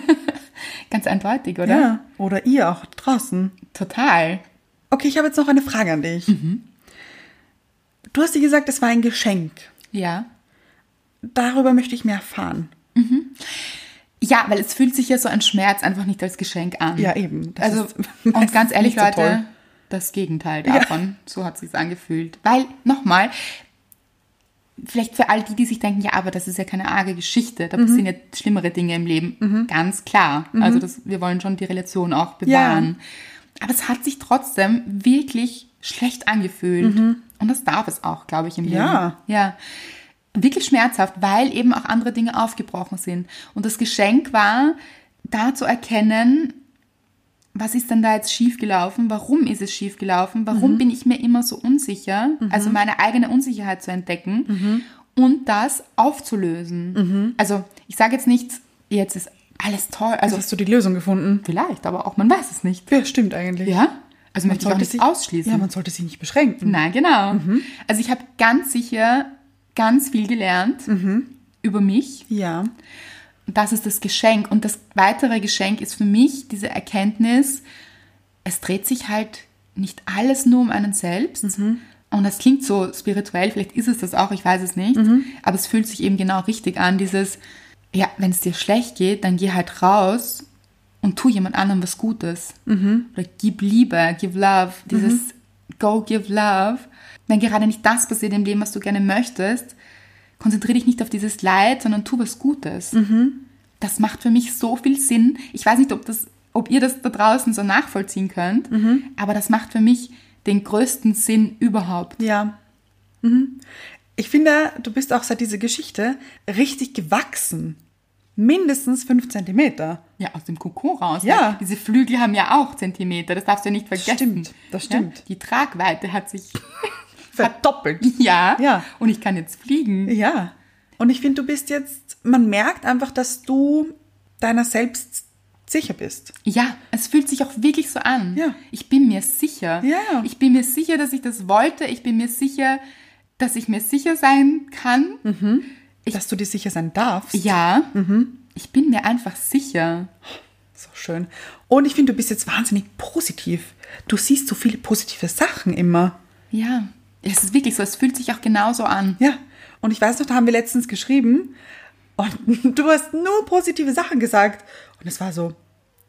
Speaker 1: ganz eindeutig, oder?
Speaker 3: ja. Oder ihr auch draußen.
Speaker 1: Total.
Speaker 3: Okay, ich habe jetzt noch eine Frage an dich.
Speaker 1: Mhm.
Speaker 3: Du hast dir gesagt, es war ein Geschenk.
Speaker 1: Ja.
Speaker 3: Darüber möchte ich mehr erfahren.
Speaker 1: Ja, weil es fühlt sich ja so ein Schmerz einfach nicht als Geschenk an.
Speaker 3: Ja, eben. Das
Speaker 1: also,
Speaker 3: ist
Speaker 1: und
Speaker 3: meistens
Speaker 1: ganz ehrlich,
Speaker 3: nicht so
Speaker 1: Leute,
Speaker 3: toll.
Speaker 1: das Gegenteil davon. So hat sich's angefühlt. Weil, nochmal, vielleicht für all die, die sich denken, ja, aber das ist ja keine arge Geschichte,
Speaker 3: Mhm.
Speaker 1: da passieren ja schlimmere Dinge im Leben. Ganz klar. Also, das, wir wollen schon die Relation auch bewahren. Aber es hat sich trotzdem wirklich schlecht angefühlt. Und das darf es auch, glaube ich, im Leben.
Speaker 3: Ja.
Speaker 1: Ja. Wirklich schmerzhaft, weil eben auch andere Dinge aufgebrochen sind. Und das Geschenk war, da zu erkennen, was ist denn da jetzt schiefgelaufen? Warum ist es schiefgelaufen? Warum bin ich mir immer so unsicher? Also meine eigene Unsicherheit zu entdecken und das aufzulösen. Also ich sage jetzt nicht, jetzt ist alles toll. Also
Speaker 3: Also hast du die Lösung gefunden?
Speaker 1: vielleicht, aber auch man weiß es nicht.
Speaker 3: Ja, stimmt eigentlich.
Speaker 1: Ja? Also möchte ich auch nicht
Speaker 3: sich
Speaker 1: ausschließen.
Speaker 3: Ja, man sollte Mhm. sich nicht beschränken.
Speaker 1: Na genau. Also ich habe ganz sicher ganz viel gelernt
Speaker 3: Mhm.
Speaker 1: über mich.
Speaker 3: Ja.
Speaker 1: Das ist das Geschenk. Und das weitere Geschenk ist für mich diese Erkenntnis, es dreht sich halt nicht alles nur um einen selbst. Und das klingt so spirituell, vielleicht ist es das auch, ich weiß es nicht. Aber es fühlt sich eben genau richtig an, dieses, ja, wenn es dir schlecht geht, dann geh halt raus und tu jemand anderem was Gutes. Oder gib Liebe, give love, dieses go give love. Wenn gerade nicht das passiert im Leben, was du gerne möchtest, konzentriere dich nicht auf dieses Leid, sondern tu was Gutes. Das macht für mich so viel Sinn. Ich weiß nicht, ob das ob ihr das da draußen so nachvollziehen könnt, aber das macht für mich den größten Sinn überhaupt.
Speaker 3: Ja. Mhm. Ich finde, du bist auch seit dieser Geschichte richtig gewachsen. Mindestens fünf Zentimeter.
Speaker 1: Ja, aus dem Kokon raus.
Speaker 3: Ja.
Speaker 1: ne? Diese Flügel haben ja auch Zentimeter, das darfst du ja nicht vergessen.
Speaker 3: Stimmt, das
Speaker 1: Ja?
Speaker 3: stimmt.
Speaker 1: Die Tragweite hat sich,
Speaker 3: Verdoppelt.
Speaker 1: ja,
Speaker 3: Ja.
Speaker 1: und ich kann jetzt fliegen.
Speaker 3: Ja. Und ich finde, du bist jetzt, man merkt einfach, dass du deiner selbst sicher bist.
Speaker 1: Ja, es fühlt sich auch wirklich so an.
Speaker 3: Ja.
Speaker 1: Ich bin mir sicher.
Speaker 3: Ja.
Speaker 1: Ich bin mir sicher, dass ich das wollte. Ich bin mir sicher, dass ich mir sicher sein kann.
Speaker 3: Mhm. dass du dir sicher sein darfst.
Speaker 1: Ja.
Speaker 3: Mhm.
Speaker 1: Ich bin mir einfach sicher.
Speaker 3: So schön. Und ich finde, du bist jetzt wahnsinnig positiv. Du siehst so viele positive Sachen immer.
Speaker 1: Ja. Es ist wirklich so, es fühlt sich auch genauso an.
Speaker 3: Ja. Und ich weiß noch, da haben wir letztens geschrieben und du hast nur positive Sachen gesagt. Und es war so,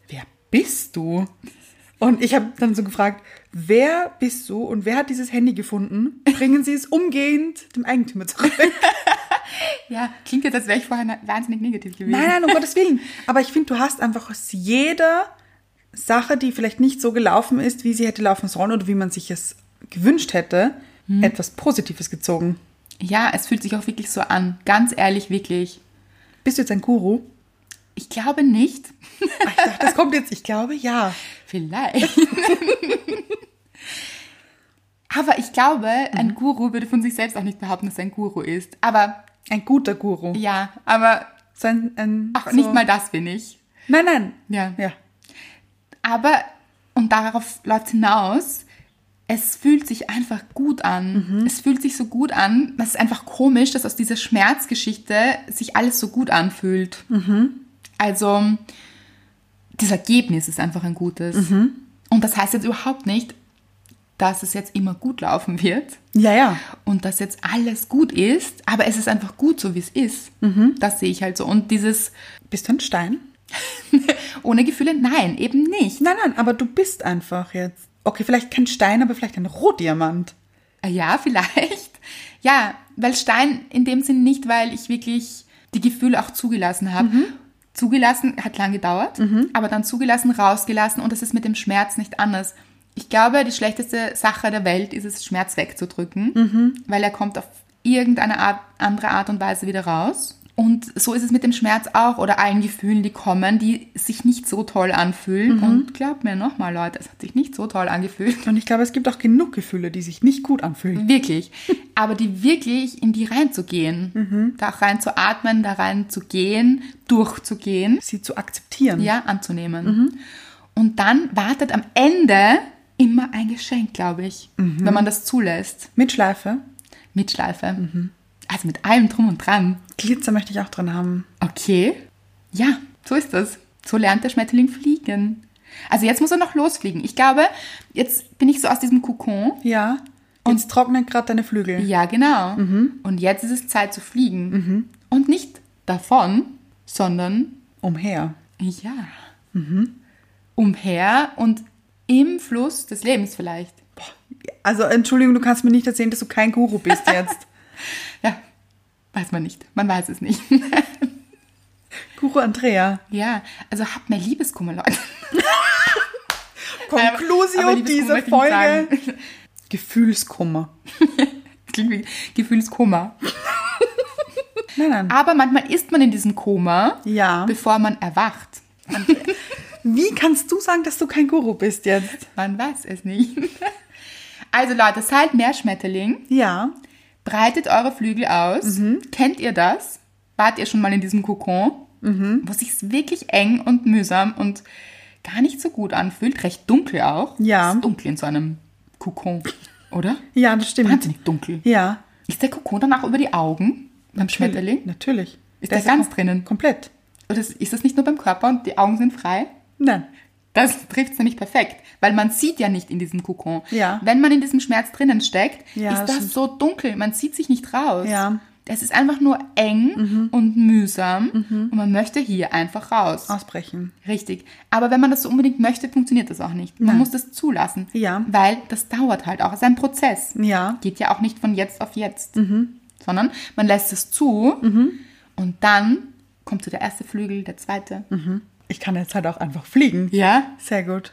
Speaker 3: wer bist du? Und ich habe dann so gefragt, wer bist du und wer hat dieses Handy gefunden? Bringen Sie es umgehend dem Eigentümer zurück.
Speaker 1: Ja, klingt jetzt, als wäre ich vorher na- wahnsinnig negativ gewesen.
Speaker 3: Nein, nein, um Gottes Willen. Aber ich finde, du hast einfach aus jeder Sache, die vielleicht nicht so gelaufen ist, wie sie hätte laufen sollen oder wie man sich es gewünscht hätte, etwas Positives gezogen.
Speaker 1: Ja, es fühlt sich auch wirklich so an. Ganz ehrlich, wirklich.
Speaker 3: Bist du jetzt ein Guru?
Speaker 1: Ich glaube nicht.
Speaker 3: Ah, Ich dachte, das kommt jetzt. Ich glaube, ja.
Speaker 1: Vielleicht. Aber ich glaube,
Speaker 3: Mhm.
Speaker 1: ein Guru würde von sich selbst auch nicht behaupten, dass er ein Guru ist. Aber
Speaker 3: Ein guter Guru.
Speaker 1: ja, aber
Speaker 3: So ein, ein,
Speaker 1: auch
Speaker 3: so.
Speaker 1: nicht mal das bin ich.
Speaker 3: Nein, nein.
Speaker 1: Ja.
Speaker 3: Ja.
Speaker 1: Aber, und darauf läuft hinaus, es fühlt sich einfach gut an. Es fühlt sich so gut an. Das ist einfach komisch, dass aus dieser Schmerzgeschichte sich alles so gut anfühlt. Also, das Ergebnis ist einfach ein gutes. Und das heißt jetzt überhaupt nicht, dass es jetzt immer gut laufen wird
Speaker 3: Ja, ja.
Speaker 1: und dass jetzt alles gut ist, aber es ist einfach gut, so wie es ist. Das sehe ich halt so. Und dieses
Speaker 3: Bist du ein Stein?
Speaker 1: ohne Gefühle, nein, eben nicht.
Speaker 3: Nein, nein, aber du bist einfach jetzt. Okay, vielleicht kein Stein, aber vielleicht ein Rohdiamant.
Speaker 1: Äh, Ja, vielleicht. Ja, weil Stein in dem Sinn nicht, weil ich wirklich die Gefühle auch zugelassen habe. Zugelassen hat lang gedauert, aber dann zugelassen, rausgelassen und das ist mit dem Schmerz nicht anders. Ich glaube, die schlechteste Sache der Welt ist es, Schmerz wegzudrücken, weil er kommt auf irgendeine Art, andere Art und Weise wieder raus. Und so ist es mit dem Schmerz auch oder allen Gefühlen, die kommen, die sich nicht so toll anfühlen. Und glaubt mir nochmal, Leute, es hat sich nicht so toll angefühlt.
Speaker 3: Und ich glaube, es gibt auch genug Gefühle, die sich nicht gut anfühlen.
Speaker 1: Wirklich. Aber die wirklich in die reinzugehen, da auch rein zu atmen, da rein zu gehen, durchzugehen,
Speaker 3: Sie zu akzeptieren.
Speaker 1: ja, anzunehmen. Und dann wartet am Ende immer ein Geschenk, glaube ich, wenn man das zulässt.
Speaker 3: Mit Schleife.
Speaker 1: Mit Schleife. Also mit allem drum und dran.
Speaker 3: Glitzer möchte ich auch dran haben.
Speaker 1: Okay. Ja, so ist das. So lernt der Schmetterling fliegen. Also jetzt muss er noch losfliegen. Ich glaube, jetzt bin ich so aus diesem Kokon.
Speaker 3: Ja. Und es trocknen gerade deine Flügel.
Speaker 1: Ja, genau.
Speaker 3: Mhm.
Speaker 1: Und jetzt ist es Zeit zu fliegen. Und nicht davon, sondern
Speaker 3: Umher.
Speaker 1: ja.
Speaker 3: Mhm.
Speaker 1: Umher und im Fluss des Lebens vielleicht.
Speaker 3: Also Entschuldigung, du kannst mir nicht erzählen, dass du kein Guru bist jetzt.
Speaker 1: Ja, weiß man nicht. Man weiß es nicht.
Speaker 3: Guru Andrea.
Speaker 1: ja, also habt mehr Liebeskummer, Leute.
Speaker 3: Conclusio
Speaker 1: Aber Liebeskummer möchte
Speaker 3: dieser
Speaker 1: ich nicht
Speaker 3: Folge.
Speaker 1: sagen.
Speaker 3: Gefühlskummer.
Speaker 1: Das klingt wie Gefühlskoma.
Speaker 3: Nein, nein.
Speaker 1: Aber manchmal ist man in diesem Koma,
Speaker 3: Ja.
Speaker 1: bevor man erwacht.
Speaker 3: Wie kannst du sagen, dass du kein Guru bist jetzt?
Speaker 1: Man weiß es nicht. Also Leute, seid mehr Schmetterling.
Speaker 3: Ja.
Speaker 1: Breitet eure Flügel aus.
Speaker 3: Mhm.
Speaker 1: Kennt ihr das? Wart ihr schon mal in diesem Kokon,
Speaker 3: Mhm.
Speaker 1: wo sich's wirklich eng und mühsam und gar nicht so gut anfühlt, recht dunkel auch.
Speaker 3: Ja.
Speaker 1: Es Ist dunkel in so einem Kokon, oder?
Speaker 3: Ja, das stimmt.
Speaker 1: Wahnsinnig dunkel.
Speaker 3: Ja.
Speaker 1: Ist der Kokon dann auch über die Augen beim Schmetterling?
Speaker 3: Natürlich.
Speaker 1: Ist der ganz
Speaker 3: kom-
Speaker 1: drinnen?
Speaker 3: Komplett.
Speaker 1: Oder ist ist das nicht nur beim Körper und die Augen sind frei?
Speaker 3: Nein.
Speaker 1: Das trifft es nämlich perfekt, weil man sieht ja nicht in diesem Kokon.
Speaker 3: Ja.
Speaker 1: Wenn man in diesem Schmerz drinnen steckt,
Speaker 3: Ja,
Speaker 1: ist
Speaker 3: das
Speaker 1: das
Speaker 3: stimmt.
Speaker 1: so dunkel, man sieht sich nicht raus.
Speaker 3: Ja. Mhm.
Speaker 1: Es ist einfach nur eng und mühsam und man möchte hier einfach raus.
Speaker 3: Ausbrechen.
Speaker 1: Richtig. Aber wenn man das so unbedingt möchte, funktioniert das auch nicht. Man
Speaker 3: Nein.
Speaker 1: muss das zulassen,
Speaker 3: Ja.
Speaker 1: weil das dauert halt auch. Es ist ein Prozess.
Speaker 3: Ja. Mhm.
Speaker 1: Geht ja auch nicht von jetzt auf jetzt, sondern
Speaker 3: Mhm.
Speaker 1: man lässt es zu und dann kommt so der erste Flügel, der zweite.
Speaker 3: ich kann jetzt halt auch einfach fliegen.
Speaker 1: Ja?
Speaker 3: Sehr gut.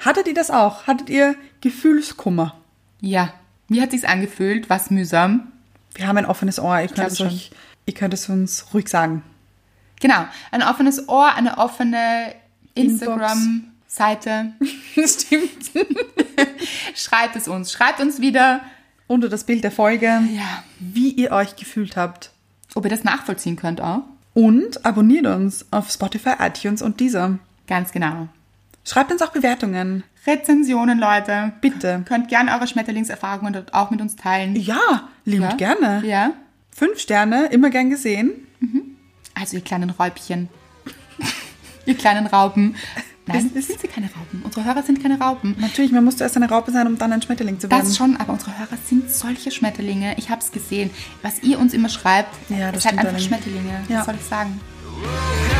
Speaker 3: Hattet ihr das auch? Hattet ihr Gefühlskummer?
Speaker 1: Ja. Mir hat sich's angefühlt, was mühsam.
Speaker 3: Wir haben ein offenes Ohr. Ich könnt,
Speaker 1: glaub
Speaker 3: es
Speaker 1: schon.
Speaker 3: euch, ihr könnt es uns ruhig sagen.
Speaker 1: Genau. Ein offenes Ohr, eine offene
Speaker 3: Inbox.
Speaker 1: Instagram-Seite.
Speaker 3: Stimmt.
Speaker 1: Schreibt es uns. Schreibt uns wieder,
Speaker 3: Unter das Bild der Folge,
Speaker 1: ja,
Speaker 3: wie ihr euch gefühlt habt.
Speaker 1: ob ihr das nachvollziehen könnt auch.
Speaker 3: Und abonniert uns auf Spotify, iTunes und dieser.
Speaker 1: Ganz genau.
Speaker 3: Schreibt uns auch Bewertungen.
Speaker 1: Rezensionen, Leute.
Speaker 3: Bitte.
Speaker 1: Könnt gerne eure Schmetterlingserfahrungen dort auch mit uns teilen.
Speaker 3: Ja, liebend gerne.
Speaker 1: Ja.
Speaker 3: Fünf Sterne, immer gern gesehen.
Speaker 1: Also ihr kleinen Räubchen. ihr kleinen Raupen. Nein,
Speaker 3: Es ist-
Speaker 1: sind sie keine Raupen. Unsere Hörer sind keine Raupen.
Speaker 3: Natürlich, man muss zuerst eine Raupe sein, um dann ein Schmetterling zu werden.
Speaker 1: Das schon, aber unsere Hörer sind solche Schmetterlinge. Ich habe es gesehen. Was ihr uns immer schreibt,
Speaker 3: Ja,
Speaker 1: ihr
Speaker 3: das
Speaker 1: seid
Speaker 3: stimmt
Speaker 1: einfach
Speaker 3: allerdings.
Speaker 1: Schmetterlinge.
Speaker 3: Ja.
Speaker 1: Was soll ich sagen?
Speaker 4: Come